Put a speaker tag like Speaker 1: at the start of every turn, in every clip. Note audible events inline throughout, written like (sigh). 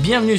Speaker 1: Bienvenue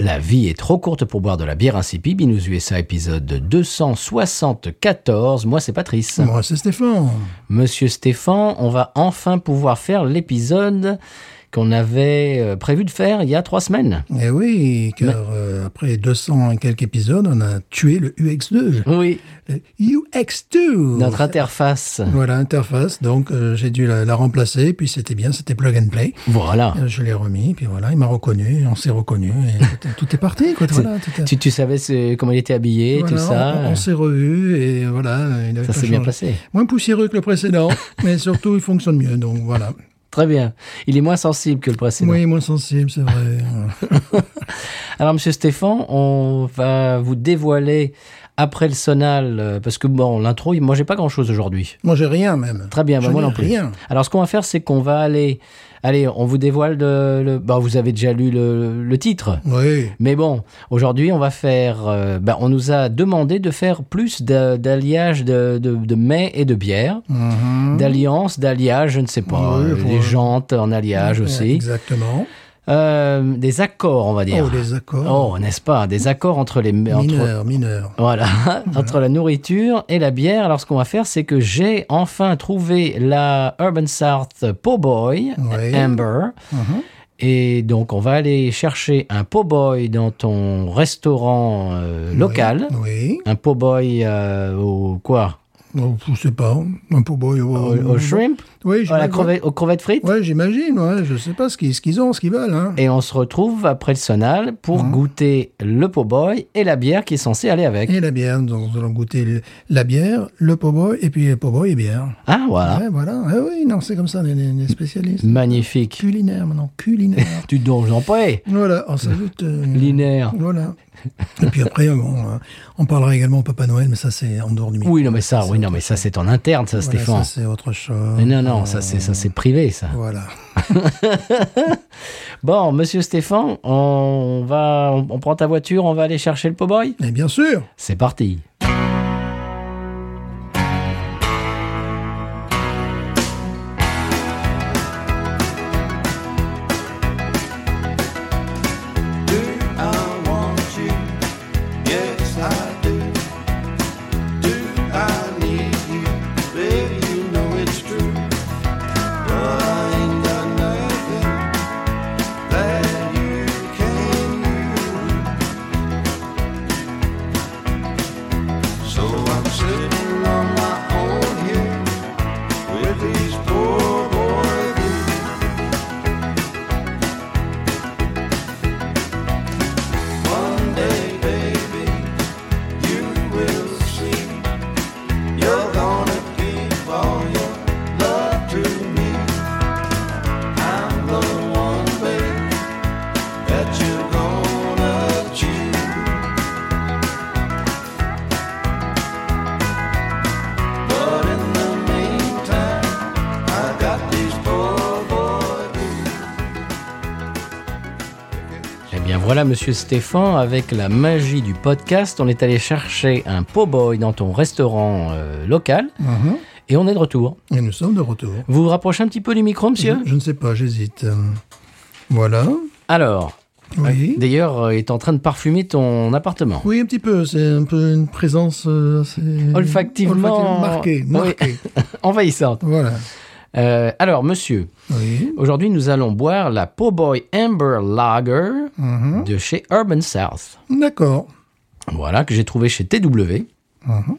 Speaker 1: La vie est trop courte pour boire de la bière insipide. Binous USA épisode 274. Moi, c'est Patrice.
Speaker 2: Moi, c'est Stéphane.
Speaker 1: Monsieur Stéphane, on va enfin pouvoir faire l'épisode qu'on avait euh, prévu de faire il y a trois semaines.
Speaker 2: Eh oui, car euh, après 200 et quelques épisodes, on a tué le UX2.
Speaker 1: Oui,
Speaker 2: Le UX2
Speaker 1: notre interface.
Speaker 2: Voilà, interface. Donc, euh, j'ai dû la, la remplacer. Puis, c'était bien, c'était plug and play.
Speaker 1: Voilà.
Speaker 2: Euh, Je l'ai remis, puis voilà, il m'a reconnu, on s'est
Speaker 1: (laughs)
Speaker 2: reconnu, et tout, tout est parti, quoi. Voilà, tout est-
Speaker 1: Tu, tu savais ce- comment il était habillé,
Speaker 2: voilà,
Speaker 1: tout ça.
Speaker 2: On, on s'est revus, et voilà. Il avait
Speaker 1: ça
Speaker 2: pas
Speaker 1: s'est bien
Speaker 2: changé.
Speaker 1: passé.
Speaker 2: Moins poussiéreux que
Speaker 1: (laughs)
Speaker 2: le précédent, mais surtout, il fonctionne mieux, donc voilà.
Speaker 1: Très bien. Il est moins sensible que le précédent.
Speaker 2: Oui, moins sensible, c'est vrai.
Speaker 1: Alors, Monsieur Stéphane, on va vous dévoiler après le sonal, euh, parce que bon, l'intro, moi, j'ai pas grand-chose aujourd'hui.
Speaker 2: Moi, j'ai rien même.
Speaker 1: Très bien, bah,
Speaker 2: Je
Speaker 1: moi
Speaker 2: n'ai
Speaker 1: non plus.
Speaker 2: Rien.
Speaker 1: Alors, ce qu'on va faire, c'est qu'on va aller. Allez, on vous dévoile le. le- bah, vous avez déjà lu le, le titre.
Speaker 2: Oui.
Speaker 1: Mais bon, aujourd'hui, on va faire. euh, bah, on nous a demandé de faire plus d'a- d'alliages de, de, de mets et de bière.
Speaker 2: Mhm.
Speaker 1: D'alliance, d'alliage, je ne sais pas.
Speaker 2: Oui,
Speaker 1: euh,
Speaker 2: faut-
Speaker 1: des jantes en alliage aussi.
Speaker 2: Exactement.
Speaker 1: Euh, des accords, on va dire.
Speaker 2: Oh, les accords.
Speaker 1: Oh, n'est-ce pas Des accords entre les. Entre,
Speaker 2: mineurs, mineurs.
Speaker 1: voilà, (laughs) entre la nourriture et la bière. Alors, ce qu'on va faire, c'est que j'ai enfin trouvé la Urban South Po Boy
Speaker 2: Oui.
Speaker 1: Amber.
Speaker 2: Mhm.
Speaker 1: Et donc, on va aller chercher un Po Boy dans ton restaurant euh, local.
Speaker 2: Oui.
Speaker 1: Un Po Boy euh, au quoi
Speaker 2: Oh, je sais pas. Un peu boy.
Speaker 1: Au,
Speaker 2: oh,
Speaker 1: au
Speaker 2: oh.
Speaker 1: shrimp à
Speaker 2: Oui,
Speaker 1: la
Speaker 2: j'imagine.
Speaker 1: crevette, Aux crevettes frites
Speaker 2: Ouais, j'imagine. Ouais, je sais pas ce qu'ils, ce qu'ils ont, ce qu'ils veulent. Hein.
Speaker 1: Et on se retrouve après le sonal pour goûter le Po Boy et la bière qui est censée aller avec.
Speaker 2: Et la bière. Donc, nous allons goûter le- la bière, le po-boy, et puis po-boy et bière.
Speaker 1: Ah, voilà.
Speaker 2: Ouais, voilà. Ah oui, non, c'est comme ça, les, les- les spécialistes.
Speaker 1: Magnifique.
Speaker 2: Culinaire, maintenant.
Speaker 1: (laughs)
Speaker 2: Culinaire.
Speaker 1: Tu donc, j'en paye.
Speaker 2: voilà, on s'ajoute. euh,
Speaker 1: Linéaire.
Speaker 2: Voilà. Et puis après, bon, euh, on parlera également au Papa Noël, mais ça, c'est en dehors du micro.
Speaker 1: Oui, non, mais ça, oui, non, mais ça, c'est en interne, ça,
Speaker 2: Voilà,
Speaker 1: Stéphane.
Speaker 2: ça, c'est autre chose. Euh,
Speaker 1: Mais non, non, ça, c'est, ça, c'est privé, ça.
Speaker 2: Voilà.
Speaker 1: Bon, monsieur Stéphane, on va, on, on prend ta voiture, on va aller chercher le po-boy.
Speaker 2: Et bien sûr,
Speaker 1: C'est parti.
Speaker 3: Do I want you? Yes, I do. Do I need you? Baby, you know it's true. But I ain't got nothing that you can use. So I'm sitting on my own here with these poor boy blues. One day, baby, you will see. You're gonna give all your love to me. I'm the one, baby, that you're gonna choose. But in the meantime, I got these poor boy blues.
Speaker 1: Eh bien, voilà, monsieur Stéphane, avec la magie du podcast, on est allé chercher un po-boy dans ton restaurant euh, local. Et on est de retour.
Speaker 2: uh-huh. et nous sommes de retour.
Speaker 1: Vous vous rapprochez un petit peu du micro,
Speaker 2: Je,
Speaker 1: monsieur
Speaker 2: je ne sais pas, j'hésite. Euh, Voilà.
Speaker 1: Alors,
Speaker 2: Oui.
Speaker 1: d'ailleurs, euh, est en train de parfumer ton appartement.
Speaker 2: Oui, un petit peu. C'est un peu une présence euh, assez.
Speaker 1: Olfactivement-
Speaker 2: Marquée.
Speaker 1: Oui.
Speaker 2: marquée.
Speaker 1: Envahissante.
Speaker 2: voilà.
Speaker 1: Euh, alors, monsieur,
Speaker 2: Oui.
Speaker 1: Aujourd'hui, nous allons boire la Po Boy Amber Lager
Speaker 2: Mhm.
Speaker 1: de chez Urban South.
Speaker 2: D'accord.
Speaker 1: Voilà, que j'ai trouvé chez TW,
Speaker 2: Mhm.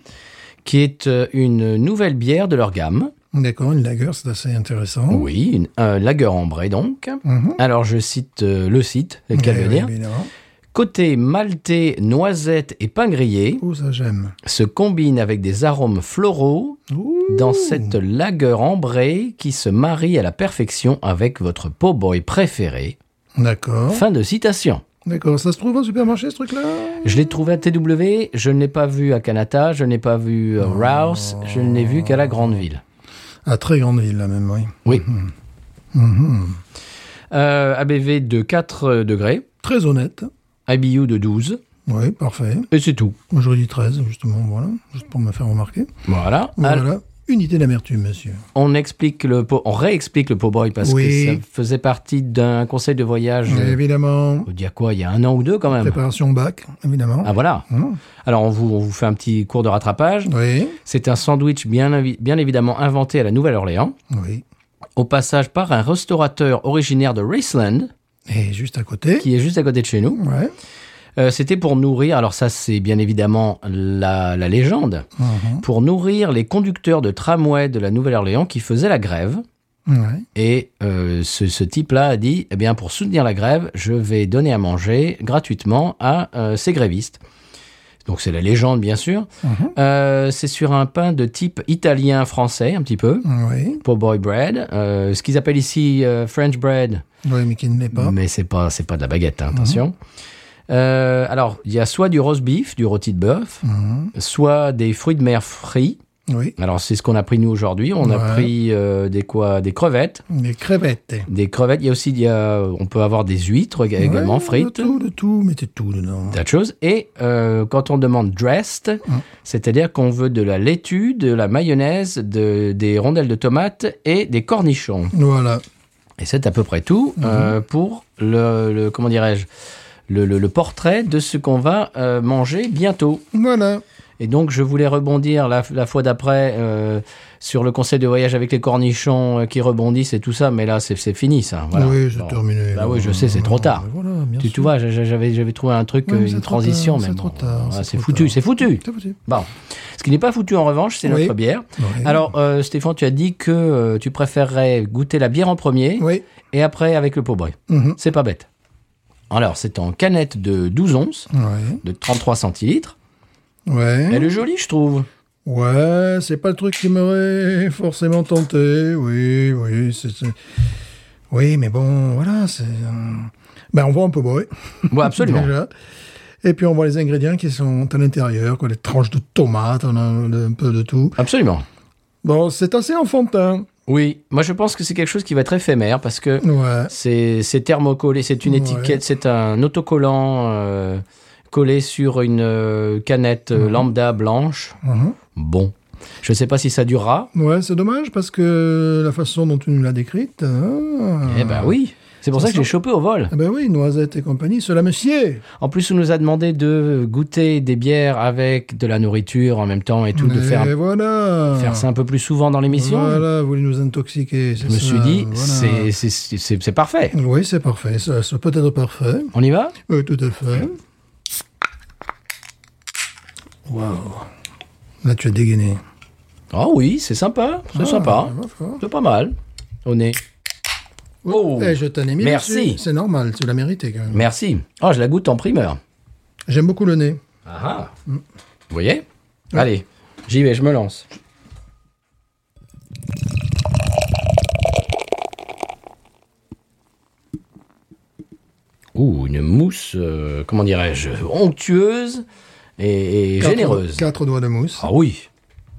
Speaker 1: qui est euh, une nouvelle bière de leur gamme.
Speaker 2: D'accord, une lager, c'est assez intéressant.
Speaker 1: Oui, une euh, lager ambrée donc.
Speaker 2: Oh. Mhm.
Speaker 1: Alors, je cite euh, le site, c'est le cas de
Speaker 2: Eh
Speaker 1: le
Speaker 2: oui,
Speaker 1: dire.
Speaker 2: évidemment.
Speaker 1: Côté maltais, noisette et pain grillé
Speaker 2: Oh, ça j'aime.
Speaker 1: se combine avec des arômes floraux
Speaker 2: Ouh.
Speaker 1: dans cette lager ambrée qui se marie à la perfection avec votre Po Boy préféré.
Speaker 2: D'accord.
Speaker 1: Fin de citation.
Speaker 2: D'accord. Ça se trouve en supermarché, ce truc-là
Speaker 1: Je l'ai trouvé à TW, je ne l'ai pas vu à Kanata, je ne l'ai pas vu à
Speaker 2: Oh.
Speaker 1: Rouse, je ne l'ai vu qu'à la grande ville.
Speaker 2: À très grande ville, là même, oui.
Speaker 1: Oui. Mm-hmm. Euh, ABV de 4 degrés,
Speaker 2: Très honnête.
Speaker 1: IBU de 12,
Speaker 2: Oui, parfait.
Speaker 1: et c'est tout.
Speaker 2: Moi, J'aurais dit 13, justement, voilà. Juste pour me faire remarquer.
Speaker 1: Voilà.
Speaker 2: Voilà.
Speaker 1: Alors,
Speaker 2: Unité d'amertume, monsieur.
Speaker 1: on, explique le po- on réexplique le po' boy parce
Speaker 2: Oui.
Speaker 1: que ça faisait partie d'un conseil de voyage.
Speaker 2: Et évidemment,
Speaker 1: Faut dire quoi, il y a un an ou deux quand même.
Speaker 2: préparation au bac, évidemment.
Speaker 1: Ah voilà.
Speaker 2: Hum.
Speaker 1: Alors on vous, on vous fait un petit cours de rattrapage.
Speaker 2: Oui,
Speaker 1: C'est un sandwich bien, invi- bien évidemment inventé à la Nouvelle-Orléans,
Speaker 2: oui.
Speaker 1: au passage par un restaurateur originaire de Raceland,
Speaker 2: Et juste à côté.
Speaker 1: qui est juste à côté de chez nous.
Speaker 2: Ouais.
Speaker 1: Euh, C'était pour nourrir, alors ça c'est bien évidemment la, la légende,
Speaker 2: Mhm.
Speaker 1: pour nourrir les conducteurs de tramway de la Nouvelle-Orléans qui faisaient la grève.
Speaker 2: Ouais.
Speaker 1: Et euh, ce, ce type-là a dit, eh bien pour soutenir la grève, je vais donner à manger gratuitement à euh, ces grévistes. Donc c'est la légende bien sûr.
Speaker 2: Mhm.
Speaker 1: Euh, c'est sur un pain de type italien-français un petit peu.
Speaker 2: Oui.
Speaker 1: Po' boy bread, euh, ce qu'ils appellent ici euh, French bread,
Speaker 2: Oui, mais qui ne l'est pas.
Speaker 1: mais c'est pas c'est pas de la baguette, hein, attention.
Speaker 2: Mhm.
Speaker 1: Euh, alors il y a soit du roast beef, du rôti de bœuf,
Speaker 2: Mhm.
Speaker 1: soit des fruits de mer frits.
Speaker 2: Oui.
Speaker 1: Alors c'est ce qu'on a pris nous aujourd'hui. On a
Speaker 2: Ouais.
Speaker 1: pris euh, des quoi, des crevettes,
Speaker 2: Des crevettes.
Speaker 1: des crevettes. Il y a aussi il y a- on peut avoir des huîtres ég- également
Speaker 2: Ouais,
Speaker 1: frites.
Speaker 2: De tout, de tout, mettez tout dedans.
Speaker 1: tas de choses. Et euh, quand on demande dressed, c'est-à-dire qu'on veut de la laitue, de la mayonnaise, de, des rondelles de tomates et des cornichons.
Speaker 2: Voilà.
Speaker 1: Et c'est à peu près tout
Speaker 2: Mhm.
Speaker 1: euh, pour le, le- comment dirais-je le, le- le portrait de ce qu'on va euh, manger bientôt.
Speaker 2: Voilà.
Speaker 1: Et donc je voulais rebondir la, la fois d'après euh, sur le conseil de voyage avec les cornichons euh, qui rebondissent et tout ça, mais là c'est c'est fini ça. Voilà.
Speaker 2: Oui, c'est
Speaker 1: Bon.
Speaker 2: terminé.
Speaker 1: Bah oui, je sais, c'est
Speaker 2: Non,
Speaker 1: trop tard.
Speaker 2: mais Voilà, bien
Speaker 1: Tu,
Speaker 2: sûr.
Speaker 1: tu vois, j'a- j'avais j'avais trouvé un truc,
Speaker 2: Ouais, mais
Speaker 1: euh,
Speaker 2: c'est
Speaker 1: une
Speaker 2: trop tard,
Speaker 1: transition
Speaker 2: c'est
Speaker 1: même.
Speaker 2: trop tard,
Speaker 1: Ah,
Speaker 2: c'est
Speaker 1: c'est
Speaker 2: trop
Speaker 1: foutu,
Speaker 2: tard.
Speaker 1: c'est foutu.
Speaker 2: C'est possible.
Speaker 1: Bon. Ce qui n'est pas foutu en revanche, c'est
Speaker 2: Oui.
Speaker 1: notre bière.
Speaker 2: Oui.
Speaker 1: Alors, euh, Stéphane, tu as dit que euh, tu préférerais goûter la bière en premier
Speaker 2: Oui.
Speaker 1: et après avec le pot-boy.
Speaker 2: Mhm.
Speaker 1: C'est pas bête. Alors, c'est en canette de 12 onces,
Speaker 2: Ouais.
Speaker 1: de 33 centilitres.
Speaker 2: Ouais.
Speaker 1: Elle est jolie, je trouve.
Speaker 2: Ouais, c'est pas le truc qui m'aurait forcément tenté. Oui, oui, c'est. c'est- Oui, mais bon, voilà, c'est. euh, Ben, on voit un peu boy.
Speaker 1: Ouais, absolument.
Speaker 2: (laughs) Déjà. Et puis, on voit les ingrédients qui sont à l'intérieur, quoi. Les tranches de tomates, on a un peu de tout.
Speaker 1: Absolument.
Speaker 2: Bon, c'est assez enfantin.
Speaker 1: Oui, moi je pense que c'est quelque chose qui va être éphémère parce que
Speaker 2: Ouais.
Speaker 1: c'est c'est thermocollé, c'est une
Speaker 2: Ouais.
Speaker 1: étiquette, c'est un autocollant euh, collé sur une euh, canette euh, lambda blanche.
Speaker 2: Mhm.
Speaker 1: Bon, je ne sais pas si ça durera.
Speaker 2: Ouais, c'est dommage parce que la façon dont tu nous l'as décrite. hein,
Speaker 1: Eh ben oui, c'est pour ça,
Speaker 2: Ça
Speaker 1: que j'ai
Speaker 2: sent-
Speaker 1: chopé au vol.
Speaker 2: Ah ben oui, noisette et compagnie, cela me sied.
Speaker 1: En plus, on nous a demandé de goûter des bières avec de la nourriture en même temps et tout, de
Speaker 2: Et
Speaker 1: faire,
Speaker 2: voilà.
Speaker 1: faire ça un peu plus souvent dans l'émission.
Speaker 2: Voilà, vous voulez nous intoxiquer.
Speaker 1: Je me suis dit, c'est- c'est- c'est c'est parfait.
Speaker 2: Oui, c'est parfait. Ça, ça peut être parfait.
Speaker 1: On y va
Speaker 2: Oui, tout à fait. Waouh. Là, tu as dégainé.
Speaker 1: Ah oui, c'est sympa, c'est sympa.
Speaker 2: Ah, fort.
Speaker 1: C'est pas mal. On est. Oh
Speaker 2: Eh, je t'en ai mis.
Speaker 1: Merci.
Speaker 2: dessus. C'est normal, tu l'as mérité quand même.
Speaker 1: Merci. Oh, je la goûte en primeur.
Speaker 2: J'aime beaucoup le nez.
Speaker 1: Ah ah. Vous voyez Allez, j'y vais, je me lance. Ouh, une mousse, euh, comment dirais-je, onctueuse et, et
Speaker 2: Quatre-
Speaker 1: généreuse.
Speaker 2: Quatre doigts de mousse.
Speaker 1: Ah oui,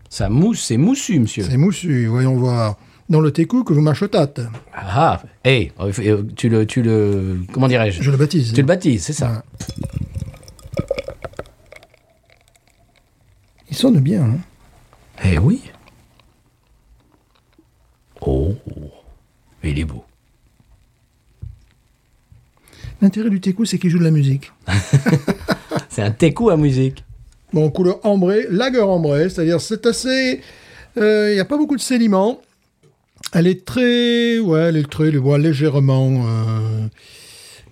Speaker 1: ça mousse, c'est moussu, monsieur.
Speaker 2: C'est moussu, voyons voir. Dans le técou que vous m'achetâtes.
Speaker 1: Ah, ah. Hey, euh, f- euh, tu le, tu le, comment dirais-je
Speaker 2: Je le baptise.
Speaker 1: Tu le baptises, c'est ça.
Speaker 2: Ouais. Il sonne bien. hein.
Speaker 1: Eh oui. Oh, il est beau.
Speaker 2: L'intérêt du técou, c'est qu'il joue de la musique.
Speaker 1: C'est un téco à musique.
Speaker 2: Bon, couleur ambrée, lager ambrée, c'est-à-dire c'est assez... euh, Il n'y a pas beaucoup de sédiments. Elle est très... Ouais, elle est très... Bon, légèrement... euh,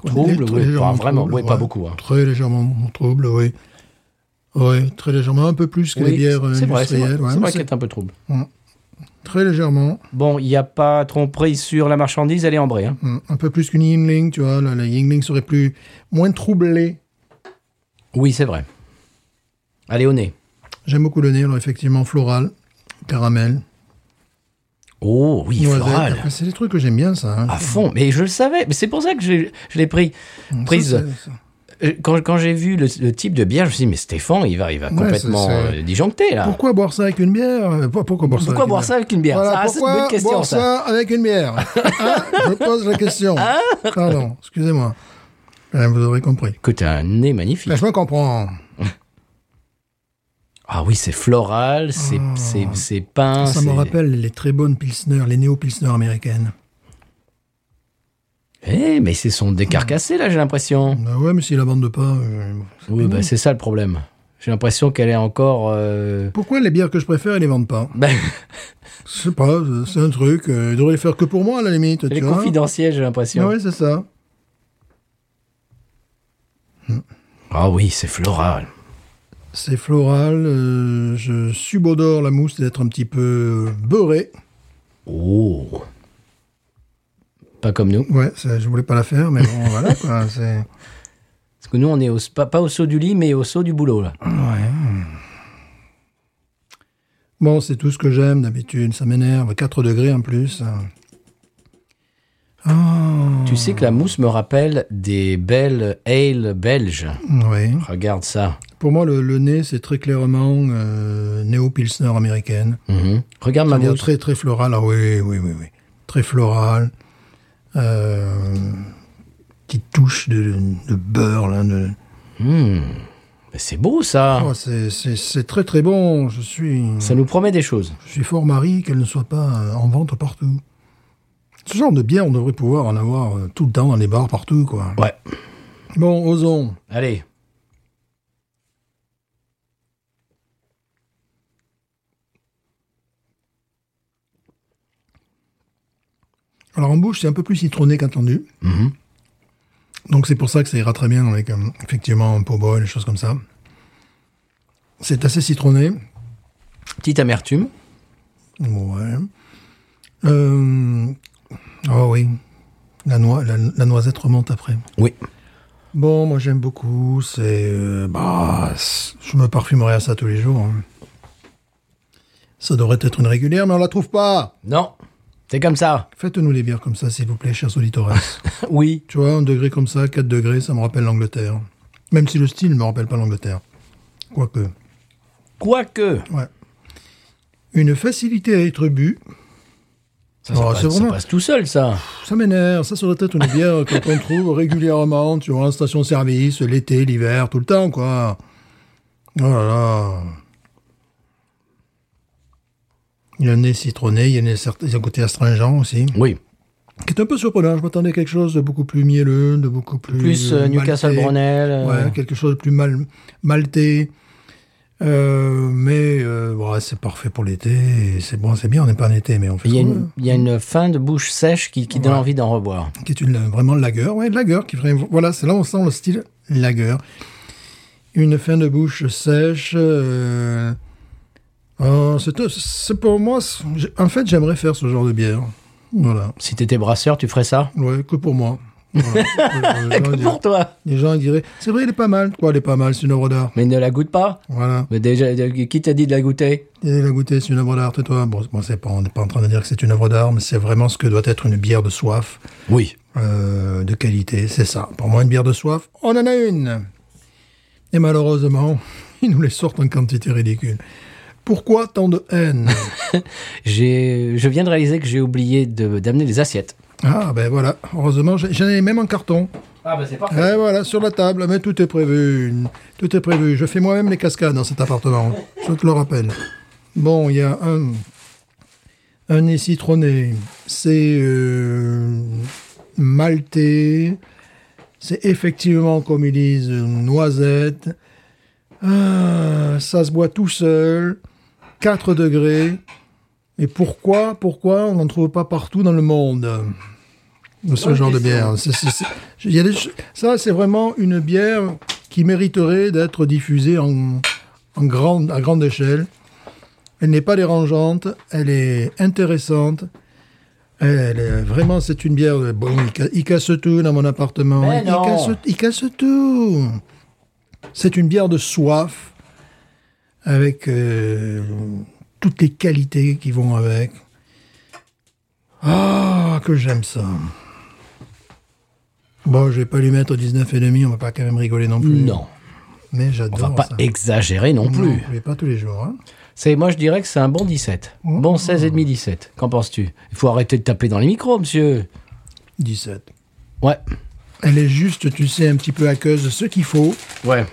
Speaker 1: Trouble,
Speaker 2: elle est très
Speaker 1: oui,
Speaker 2: légèrement
Speaker 1: pas vraiment, oui, pas
Speaker 2: ouais.
Speaker 1: beaucoup, hein.
Speaker 2: Très légèrement trouble, oui. Oui, très légèrement, un peu plus que les bières euh,
Speaker 1: c'est vrai, c'est vrai,
Speaker 2: industrielles. ouais,
Speaker 1: c'est vrai
Speaker 2: mais
Speaker 1: qu'elle est un peu trouble.
Speaker 2: c'est très légèrement,
Speaker 1: Bon, il n'y a pas tromperie sur la marchandise, elle est ambrée. Hein.
Speaker 2: hum, un peu plus qu'une Yingling, tu vois. La, la Yingling serait plus moins troublée.
Speaker 1: Oui, c'est vrai. Allez, au nez.
Speaker 2: J'aime beaucoup le nez, alors effectivement, floral, caramel.
Speaker 1: Oh, oui,
Speaker 2: noisette.
Speaker 1: floral.
Speaker 2: Après, C'est des trucs que j'aime bien, ça. hein.
Speaker 1: À fond, mais je le savais. Mais c'est pour ça que je, je l'ai pris. Ah, Prise
Speaker 2: Ça, c'est- ça.
Speaker 1: euh, quand, quand j'ai vu le, le type de bière, je me suis dit, mais Stéphane, il va, il va
Speaker 2: Ouais,
Speaker 1: complètement
Speaker 2: c'est- c'est-
Speaker 1: euh, disjoncter, là.
Speaker 2: Pourquoi boire ça avec une bière Euh, pour- Pourquoi boire ça
Speaker 1: Pourquoi
Speaker 2: avec
Speaker 1: boire ça avec une bière Ça,
Speaker 2: Voilà,
Speaker 1: C'est une
Speaker 2: pourquoi
Speaker 1: bonne question,
Speaker 2: boire
Speaker 1: ça.
Speaker 2: ça. avec
Speaker 1: (laughs)
Speaker 2: une bière Hein Je pose la question.
Speaker 1: Ah.
Speaker 2: Pardon, excusez-moi. Euh, Vous aurez compris.
Speaker 1: Écoute, un nez magnifique.
Speaker 2: Mais je me comprends.
Speaker 1: Ah oui, c'est floral, c'est c'est c'est peint.
Speaker 2: Oh. ça me
Speaker 1: Ah, c'est-
Speaker 2: rappelle les très bonnes pilsner, les néo-pilsner américaines.
Speaker 1: Eh, mais c'est son décarcassé, là, j'ai l'impression.
Speaker 2: Bah ouais, mais s'il abandonne pas... euh,
Speaker 1: Oui, bah, c'est ça le problème. J'ai l'impression qu'elle est encore. euh,
Speaker 2: Pourquoi les bières que je préfère, ils les vendent pas
Speaker 1: bah,
Speaker 2: Je sais pas, euh, c'est un truc. euh, ils devraient les faire que pour moi, à la limite.
Speaker 1: elle est
Speaker 2: tu vois
Speaker 1: confidentielle, j'ai l'impression.
Speaker 2: Ah ouais, c'est ça.
Speaker 1: Ah oui, c'est floral.
Speaker 2: C'est floral. euh, je subodore la mousse d'être un petit peu euh, beurré.
Speaker 1: Oh. Pas comme nous.
Speaker 2: Ouais, ça, je voulais pas la faire, mais bon, voilà quoi. C'est.
Speaker 1: Parce que nous, on est au, pas, pas au saut du lit, mais au saut du boulot, là.
Speaker 2: Ah. Bon, c'est tout ce que j'aime d'habitude, ça m'énerve. 4 degrés en plus.
Speaker 1: Tu sais que la mousse me rappelle des belles ale belges.
Speaker 2: Oui.
Speaker 1: Regarde ça.
Speaker 2: Pour moi, le, le nez, c'est très clairement euh, néo-pilsner américaine.
Speaker 1: Mhm. Regarde ma
Speaker 2: C'est-à-dire
Speaker 1: mousse.
Speaker 2: très, très floral. Ah oui, oui, oui, oui. Très floral. Euh, petite touche de, de beurre, là. de-
Speaker 1: Mais C'est beau, ça.
Speaker 2: Oh, c'est- c'est c'est très, très bon. Je suis,
Speaker 1: Ça nous promet des choses.
Speaker 2: je suis fort mari qu'elle ne soit pas euh, en vente partout. Ce genre de bière, on devrait pouvoir en avoir euh, tout le temps dans les bars partout, quoi.
Speaker 1: Ouais.
Speaker 2: Bon, osons.
Speaker 1: Allez.
Speaker 2: Alors en bouche, c'est un peu plus citronné qu'attendu. Donc c'est pour ça que ça ira très bien avec euh, effectivement un pot-boy, des choses comme ça. C'est assez citronné.
Speaker 1: Petite amertume.
Speaker 2: Ouais. Euh, Oh oui. La, noi- la, la noisette remonte après.
Speaker 1: Oui.
Speaker 2: Bon, moi j'aime beaucoup. C'est. euh, bah, c'est- je me parfumerai à ça tous les jours. hein. Ça devrait être une régulière, mais on la trouve pas.
Speaker 1: Non. C'est comme ça. (laughs)
Speaker 2: Faites-nous les bières comme ça, s'il vous plaît, chers auditeurs.
Speaker 1: Oui.
Speaker 2: Tu vois, un degré comme ça, 4 degrés, ça me rappelle l'Angleterre. Même si le style ne me rappelle pas l'Angleterre. Quoique,
Speaker 1: Quoique.
Speaker 2: ouais. Une facilité à être bu,
Speaker 1: Ça, ça
Speaker 2: Oh,
Speaker 1: passe,
Speaker 2: c'est
Speaker 1: ça
Speaker 2: vraiment-
Speaker 1: passe tout seul, ça.
Speaker 2: ça m'énerve. Ça serait peut-être une bière que- qu'on trouve régulièrement, tu vois, en station-service, l'été, l'hiver, tout le temps, quoi. Oh là là. Il y a un nez citronné, il y a un nez certain- il y a un côté astringent aussi,
Speaker 1: Oui.
Speaker 2: qui est un peu surprenant. Je m'attendais à quelque chose de beaucoup plus mielleux, de beaucoup plus...
Speaker 1: Plus euh,
Speaker 2: euh,
Speaker 1: Newcastle
Speaker 2: maltais.
Speaker 1: Brunel. euh,
Speaker 2: Ouais, quelque chose de plus mal, malté. Euh, mais euh, bon, c'est parfait pour l'été. et C'est bon, c'est bien, on n'est pas en été, mais on fait
Speaker 1: Il y, a
Speaker 2: ce qu'on
Speaker 1: une, il y a une fin de bouche sèche qui, qui donne envie d'en reboire.
Speaker 2: veut, qui est une, vraiment lagueur. Ouais, lagueur. Qui, fait- voilà, c'est là où on sent le style lagueur. Une fin de bouche sèche. euh, euh, c'est c'est pour moi. c'est- j'ai- En fait, j'aimerais faire ce genre de bière. Voilà.
Speaker 1: Si t'étais brasseur, tu ferais ça
Speaker 2: Ouais, que pour moi.
Speaker 1: (laughs)
Speaker 2: Voilà. Euh, Les gens
Speaker 1: Que
Speaker 2: diraient-
Speaker 1: pour toi
Speaker 2: les gens diraient, c'est vrai, il est pas mal. Quoi, il est pas mal, c'est une œuvre d'art.
Speaker 1: Mais ne la goûte pas
Speaker 2: Voilà.
Speaker 1: Mais déjà, de- qui t'a dit de la goûter
Speaker 2: Et la goûter, c'est une œuvre d'art, toi. Bon, c'est- bon, c'est pas, on n'est pas en train de dire que c'est une œuvre d'art, mais c'est vraiment ce que doit être une bière de soif,
Speaker 1: Oui.
Speaker 2: euh, de qualité. C'est ça. Pour moi, une bière de soif, on en a une. Et malheureusement, (laughs) ils nous les sortent en quantité ridicule. Pourquoi tant de haine
Speaker 1: Je viens de réaliser que (laughs) j'ai oublié de- d'amener les assiettes.
Speaker 2: Ah, ben voilà. Heureusement, j'ai- j'en ai même en carton.
Speaker 1: Ah bah c'est
Speaker 2: Et
Speaker 1: parfait.
Speaker 2: voilà, sur la table. Mais tout est prévu. Tout est prévu. Je fais moi-même les cascades dans cet appartement. Je te le rappelle. Bon, il y a un, un nez citronné. C'est euh, maltais. C'est effectivement, comme ils disent, une noisette. Ah, ça se boit tout seul. 4 degrés. Et pourquoi, pourquoi on n'en trouve pas partout dans le monde de ce genre de bière C'est- c'est- c'est- il y a des ch- Ça, c'est vraiment une bière qui mériterait d'être diffusée en, en grande, à grande échelle. Elle n'est pas dérangeante, elle est intéressante. Elle est vraiment, c'est une bière. de- Bon, il, ca- il casse tout dans mon appartement.
Speaker 1: Mais
Speaker 2: il,
Speaker 1: non.
Speaker 2: casse, il casse tout. C'est une bière de soif avec euh, toutes les qualités qui vont avec. Ah, que j'aime ça. Bon, je vais pas lui mettre 19 et demi, on va pas quand même rigoler non plus.
Speaker 1: Euh, Non.
Speaker 2: Mais
Speaker 1: On va
Speaker 2: j'adore
Speaker 1: pas
Speaker 2: ça.
Speaker 1: exagérer non
Speaker 2: Non,
Speaker 1: plus.
Speaker 2: mais pas tous les jours. hein.
Speaker 1: C'est, moi, je dirais que c'est un bon 17.
Speaker 2: Mmh.
Speaker 1: Bon 16,5, 17. Qu'en penses-tu Il faut arrêter de taper dans les micros, monsieur.
Speaker 2: 17.
Speaker 1: Ouais.
Speaker 2: Elle est juste, tu sais, un petit peu aqueuse, ce qu'il faut,
Speaker 1: Ouais.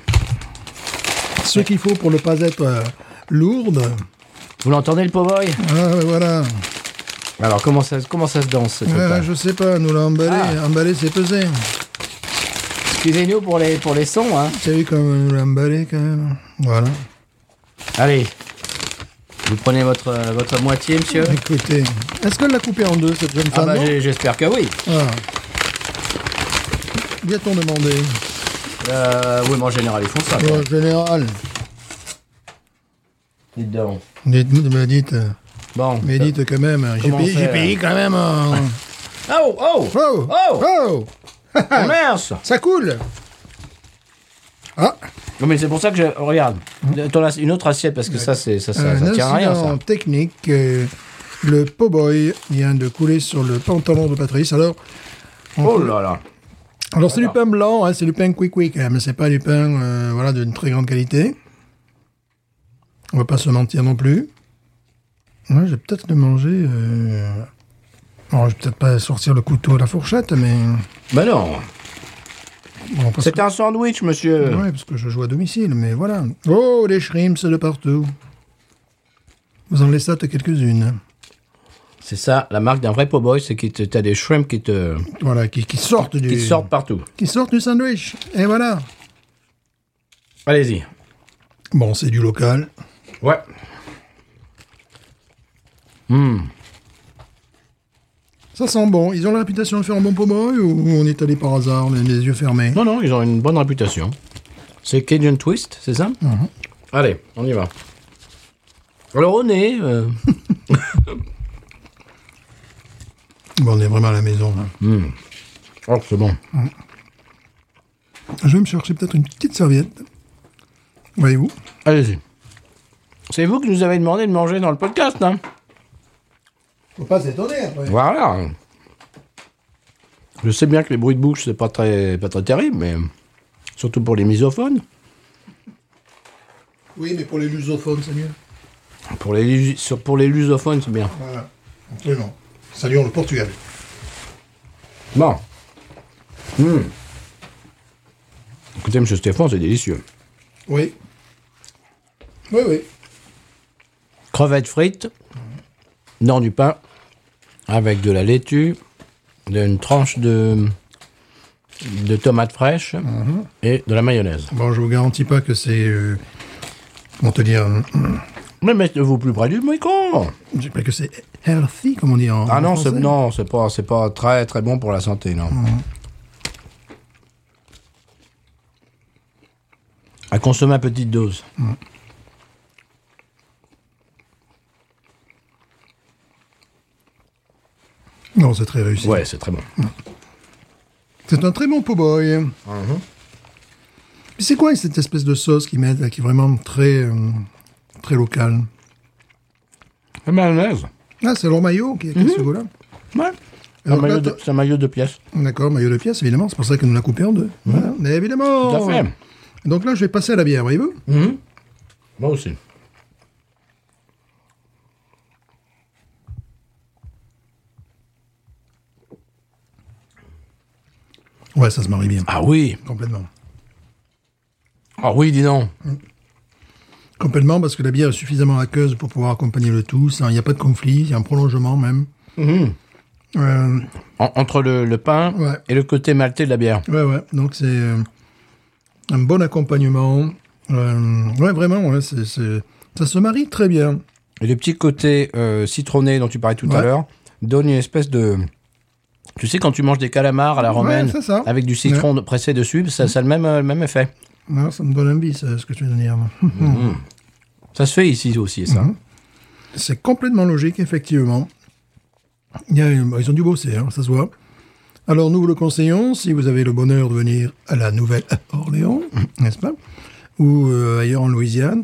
Speaker 2: ce qu'il faut pour ne pas être euh, lourde.
Speaker 1: Vous l'entendez, le pow-boy
Speaker 2: Ah, voilà.
Speaker 1: Alors, comment ça, comment ça se danse, cette
Speaker 2: Ah,
Speaker 1: opale
Speaker 2: je sais pas, Ah. nous l'a emballé. Emballé, c'est pesé.
Speaker 1: Excusez-nous pour les, pour les sons, hein.
Speaker 2: T'as vu comme nous l'a emballé quand même Voilà.
Speaker 1: Allez. Vous prenez votre, euh, votre moitié, monsieur
Speaker 2: Écoutez, est-ce qu'elle l'a coupé en deux, cette jeune
Speaker 1: Ah
Speaker 2: femme
Speaker 1: bah,
Speaker 2: non
Speaker 1: j'ai- j'espère que oui.
Speaker 2: Ah. Lui a-t-on demandé
Speaker 1: Euh, oui, mais en général, ils font ça.
Speaker 2: En Oh, général.
Speaker 1: Dites donc.
Speaker 2: Dites, me dites,
Speaker 1: Bon.
Speaker 2: mais dites quand même, j'ai
Speaker 1: Comment
Speaker 2: payé,
Speaker 1: on fait,
Speaker 2: j'ai
Speaker 1: là
Speaker 2: payé quand même. euh,
Speaker 1: Oh, oh
Speaker 2: (laughs) Oh,
Speaker 1: Oh
Speaker 2: oh,
Speaker 1: Oh, mince
Speaker 2: ça coule. Ah,
Speaker 1: Non, mais c'est pour ça que je... oh, Regarde,
Speaker 2: Hein
Speaker 1: Ton as- une autre assiette, parce que ça, c'est, ça, ça, ça
Speaker 2: un
Speaker 1: tient à rien,
Speaker 2: incident
Speaker 1: ça.
Speaker 2: technique. euh, le po-boy vient de couler sur le pantalon de Patrice. Alors, on-
Speaker 1: Oh là là
Speaker 2: alors c'est du pain blanc, hein, c'est du pain quick quick, quand même. C'est pas du pain, euh, voilà, d'une très grande qualité. On va pas se mentir non plus. Ouais, j'ai peut-être le manger. Euh... Alors, je vais peut-être pas sortir le couteau à la fourchette, mais
Speaker 1: Bah non
Speaker 2: bon, parce
Speaker 1: C'est un sandwich, monsieur
Speaker 2: Ouais, parce que je joue à domicile, mais voilà. Oh, les shrimps de partout. Vous en laissez quelques-unes.
Speaker 1: C'est ça, la marque d'un vrai po-boy, c'est que t- t'as des shrimps qui te...
Speaker 2: Voilà, qui, qui sortent du...
Speaker 1: qui te sortent partout.
Speaker 2: qui sortent du sandwich. Et voilà.
Speaker 1: Allez-y.
Speaker 2: Bon, c'est du local.
Speaker 1: Ouais.
Speaker 2: Ça sent bon. Ils ont la réputation de faire un bon pomoy ou on est allé par hasard, les, les yeux fermés
Speaker 1: Non, non, ils ont une bonne réputation. C'est Cajun Twist, c'est ça Allez, on y va. Alors, au nez... euh,
Speaker 2: Bon, on est vraiment à la maison. hein. là.
Speaker 1: Oh, c'est bon.
Speaker 2: Je vais me chercher peut-être une petite serviette. Voyez-vous
Speaker 1: Allez-y. C'est vous qui nous avez demandé de manger dans le podcast, hein
Speaker 2: Faut pas s'étonner après.
Speaker 1: Voilà. Je sais bien que les bruits de bouche, c'est pas très, pas très terrible, mais surtout pour les misophones.
Speaker 2: Oui, mais pour les lusophones, c'est mieux.
Speaker 1: Pour les, lus- sur- pour les lusophones, c'est bien.
Speaker 2: Voilà. Absolument. Saluons le Portugal.
Speaker 1: Bon. Hmm. Écoutez, monsieur Stéphane, c'est délicieux.
Speaker 2: Oui. Oui, oui.
Speaker 1: Crevettes frites, dans du pain, avec de la laitue, de- une tranche de, de tomates fraîches et de la mayonnaise.
Speaker 2: Bon, je vous garantis pas que c'est. euh, comment te dire (clears throat) euh,
Speaker 1: Mais mettez-vous plus près du micro
Speaker 2: Je sais pas que c'est healthy, comme on dit en.
Speaker 1: Ah
Speaker 2: en
Speaker 1: non, c'est
Speaker 2: français.
Speaker 1: non, c'est pas c'est pas très très bon pour la santé, non. À consommer à petite dose.
Speaker 2: Non, c'est très réussi.
Speaker 1: Ouais, c'est très bon.
Speaker 2: C'est un très bon po-boy.
Speaker 1: Uh-huh.
Speaker 2: Mais c'est quoi cette espèce de sauce qu'ils mettent, là, qui est vraiment très. euh, très locale
Speaker 1: La mayonnaise.
Speaker 2: Ah, c'est leur maillot qui, qui a ce goût-là.
Speaker 1: Ouais.
Speaker 2: Alors
Speaker 1: Mm-hmm. Un maillot
Speaker 2: là,
Speaker 1: de-
Speaker 2: t'as-
Speaker 1: C'est un maillot de pièces.
Speaker 2: D'accord, maillot de pièce, évidemment, c'est pour ça qu'on l'a coupé en deux. Voilà, mais évidemment
Speaker 1: Mm-hmm. Tout à fait. Mm.
Speaker 2: Donc là, je vais passer à la bière, voyez-vous
Speaker 1: Moi aussi.
Speaker 2: Ouais, ça se marie bien.
Speaker 1: Ah oui.
Speaker 2: Complètement.
Speaker 1: Ah oui, dis donc.
Speaker 2: Complètement, parce que la bière est suffisamment aqueuse pour pouvoir accompagner le tout. Ça, Il n'y a pas de conflit, il y a un prolongement même.
Speaker 1: Mm-hmm.
Speaker 2: Euh,
Speaker 1: En- entre le, le pain
Speaker 2: Ouais.
Speaker 1: et le côté maltais de la bière.
Speaker 2: ouais, ouais. Donc, c'est euh, un bon accompagnement. Euh, ouais, vraiment, ouais, c'est- c'est- ça se marie très bien.
Speaker 1: Et le petit côté euh, citronné dont tu parlais tout à
Speaker 2: Ouais.
Speaker 1: l'heure donne une espèce de. Tu sais, quand tu manges des calamars à la romaine
Speaker 2: c'est ça.
Speaker 1: avec du citron de- pressé dessus, ça, ça a le même, euh, le même effet.
Speaker 2: Non, Hein, ça me donne envie, ça, ce que tu viens de dire. (laughs) là.
Speaker 1: Ça se fait ici aussi, ça.
Speaker 2: Mhm. C'est complètement logique, effectivement. Il y a- ils ont dû bosser, hein, ça se voit. Alors, nous vous le conseillons, si vous avez le bonheur de venir à la Nouvelle-Orléans, (laughs) n'est-ce pas Ou euh, ailleurs en Louisiane.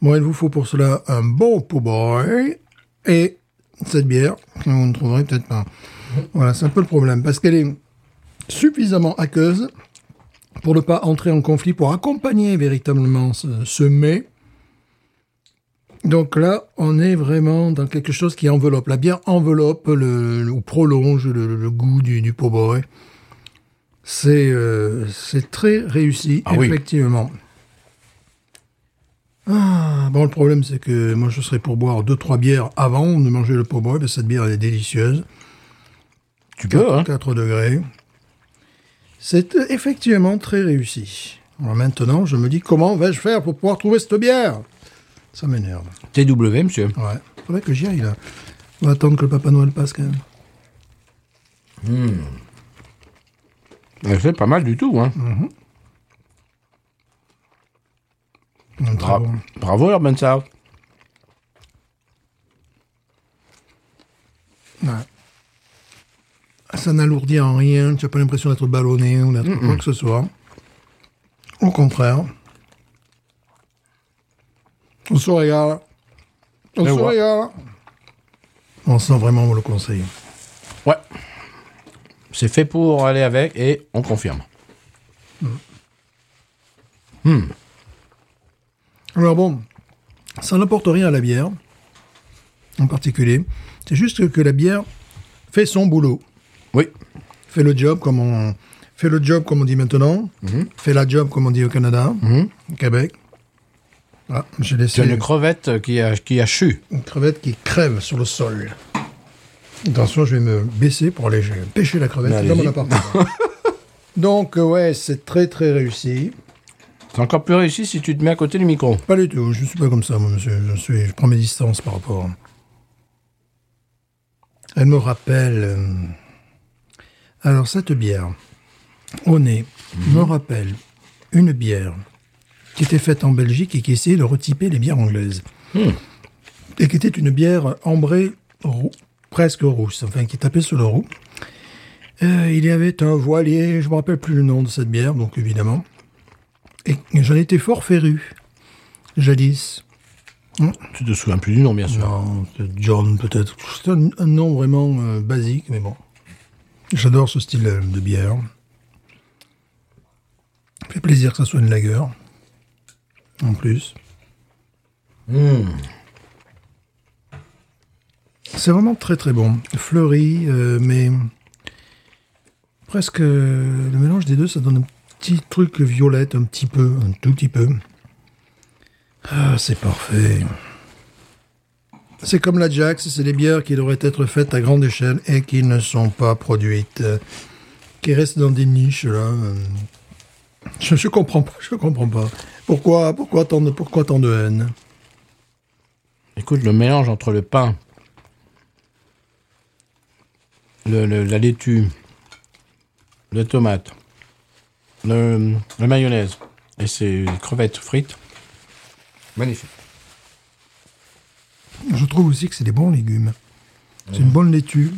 Speaker 2: Bon, il vous faut pour cela un bon po-boy et cette bière que vous ne trouverez peut-être pas. Voilà, c'est un peu le problème, parce qu'elle est... suffisamment aqueuse pour ne pas entrer en conflit, pour accompagner véritablement ce, ce mets. Donc là, on est vraiment dans quelque chose qui enveloppe. La bière enveloppe le, le- ou prolonge le, le goût du, du po' boy. C'est euh, c'est très réussi,
Speaker 1: Ah oui.
Speaker 2: effectivement. Ah, bon, le problème, c'est que moi, je serais pour boire deux, trois bières avant de manger le po' boy, parce que cette bière, elle est délicieuse.
Speaker 1: Tu peux,
Speaker 2: 4,
Speaker 1: hein
Speaker 2: degrés. C'est euh, effectivement très réussi. Alors maintenant, je me dis comment vais-je faire pour pouvoir trouver cette bière Ça m'énerve.
Speaker 1: TW, monsieur.
Speaker 2: Ouais. Faudrait que j'y aille là. On va attendre que le Papa Noël passe quand même.
Speaker 1: Euh, C'est pas mal du tout, hein.
Speaker 2: Hum, très
Speaker 1: Bra-
Speaker 2: bon.
Speaker 1: Bravo, Urban South.
Speaker 2: Ouais. Ça n'alourdit en rien. Tu n'as pas l'impression d'être ballonné ou d'être quoi que ce soit. Au contraire. On se régale. On
Speaker 1: Et
Speaker 2: se
Speaker 1: ouais.
Speaker 2: régale. On sent vraiment on le conseil.
Speaker 1: Ouais. C'est fait pour aller avec et on confirme.
Speaker 2: Alors bon, ça n'apporte rien à la bière, en particulier. C'est juste que la bière fait son boulot,
Speaker 1: Oui.
Speaker 2: fait le job comme on fait le job comme on dit maintenant,
Speaker 1: Mhm.
Speaker 2: fait la job comme on dit au Canada, au Québec. Ah, j'ai laissé
Speaker 1: C'est une
Speaker 2: une,
Speaker 1: crevette qui a, qui a chu.
Speaker 2: crevette qui crève sur le sol. Attention, je vais me baisser pour aller je vais pêcher la crevette
Speaker 1: Mais
Speaker 2: dans mon
Speaker 1: allez-y.
Speaker 2: appartement.
Speaker 1: (laughs)
Speaker 2: Donc euh, ouais, c'est très très réussi.
Speaker 1: C'est encore plus réussi si tu te mets à côté du micro.
Speaker 2: Pas du tout, je ne suis pas comme ça, moi, monsieur. Je, suis, je prends mes distances par rapport. Elle me rappelle. euh, Alors, cette bière, au nez, me rappelle une bière qui était faite en Belgique et qui essayait de retyper les bières anglaises. Et qui était une bière ambrée, roux, presque rousse, enfin, qui tapait sur le roux. Euh, il y avait un voilier, je ne me rappelle plus le nom de cette bière, donc évidemment. Et j'en étais fort féru jadis.
Speaker 1: Tu te souviens plus du nom, bien sûr.
Speaker 2: Non, c'est John peut-être. C'est un, un nom vraiment euh, basique, mais bon. J'adore ce style euh, de bière. Ça fait plaisir que ça soit une lager. En plus. C'est vraiment très très bon. Fleuri, euh, mais presque euh, le mélange des deux, ça donne un petit truc violette, un petit peu, un tout petit peu. Ah, c'est parfait. C'est comme la Jax, c'est des bières qui devraient être faites à grande échelle et qui ne sont pas produites, euh, qui restent dans des niches là. euh. Je, je comprends pas, je comprends pas. Pourquoi, pourquoi tant de, pourquoi tant de haine
Speaker 1: Écoute, le mélange entre le pain, le, le- la laitue, la tomate, le, la mayonnaise et ces crevettes frites, magnifique.
Speaker 2: Je trouve aussi que c'est des bons légumes. C'est une bonne laitue,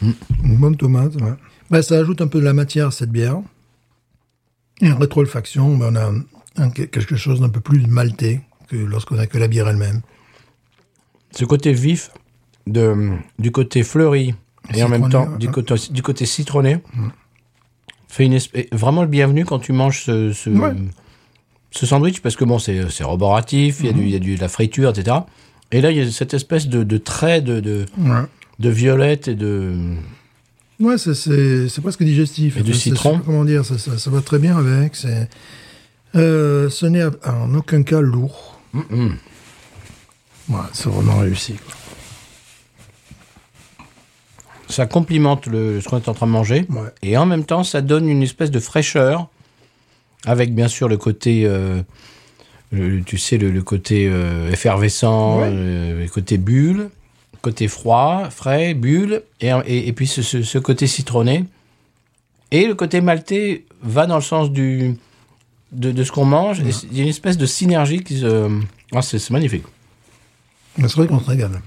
Speaker 2: une bonne tomate. ouais. Bah, ça ajoute un peu de la matière à cette bière. Et en rétroolfaction, bah, on a un- quelque chose d'un peu plus maltais que lorsqu'on a que la bière elle-même.
Speaker 1: Ce côté vif de, du côté fleuri et en
Speaker 2: Citronné,
Speaker 1: même temps
Speaker 2: ouais. Mm.
Speaker 1: du côté, du côté citronné fait une espèce, vraiment le bienvenu quand tu manges ce, ce,
Speaker 2: Ouais.
Speaker 1: ce sandwich parce que bon, c'est c'est roboratif, il
Speaker 2: Mm.
Speaker 1: y a du- il y, a du- de la friture, etc. Et là, il y a cette espèce de, de trait de- de
Speaker 2: Ouais.
Speaker 1: de violette et de.
Speaker 2: Ouais, c'est- c'est c'est presque digestif.
Speaker 1: Et du
Speaker 2: C'est- c'est-
Speaker 1: citron.
Speaker 2: Comment dire, ça, ça- ça va très bien avec. c'est- Euh, ce n'est en aucun cas lourd. Ouais, c'est vraiment réussi. quoi.
Speaker 1: Ça complimente le, ce qu'on est en train de manger.
Speaker 2: Ouais.
Speaker 1: Et en même temps, ça donne une espèce de fraîcheur. Avec bien sûr le côté. euh, le- tu sais, le, le côté euh, effervescent,
Speaker 2: Ouais.
Speaker 1: euh, le côté bulle, côté froid, frais, bulle. Et, et- et puis ce, ce- ce côté citronné. Et le côté maltais va dans le sens du. De, de ce qu'on mange, Et c'est- il y a une espèce de synergie qui se. Ah, c'est c'est magnifique.
Speaker 2: Mais C'est vrai qu'on se régale.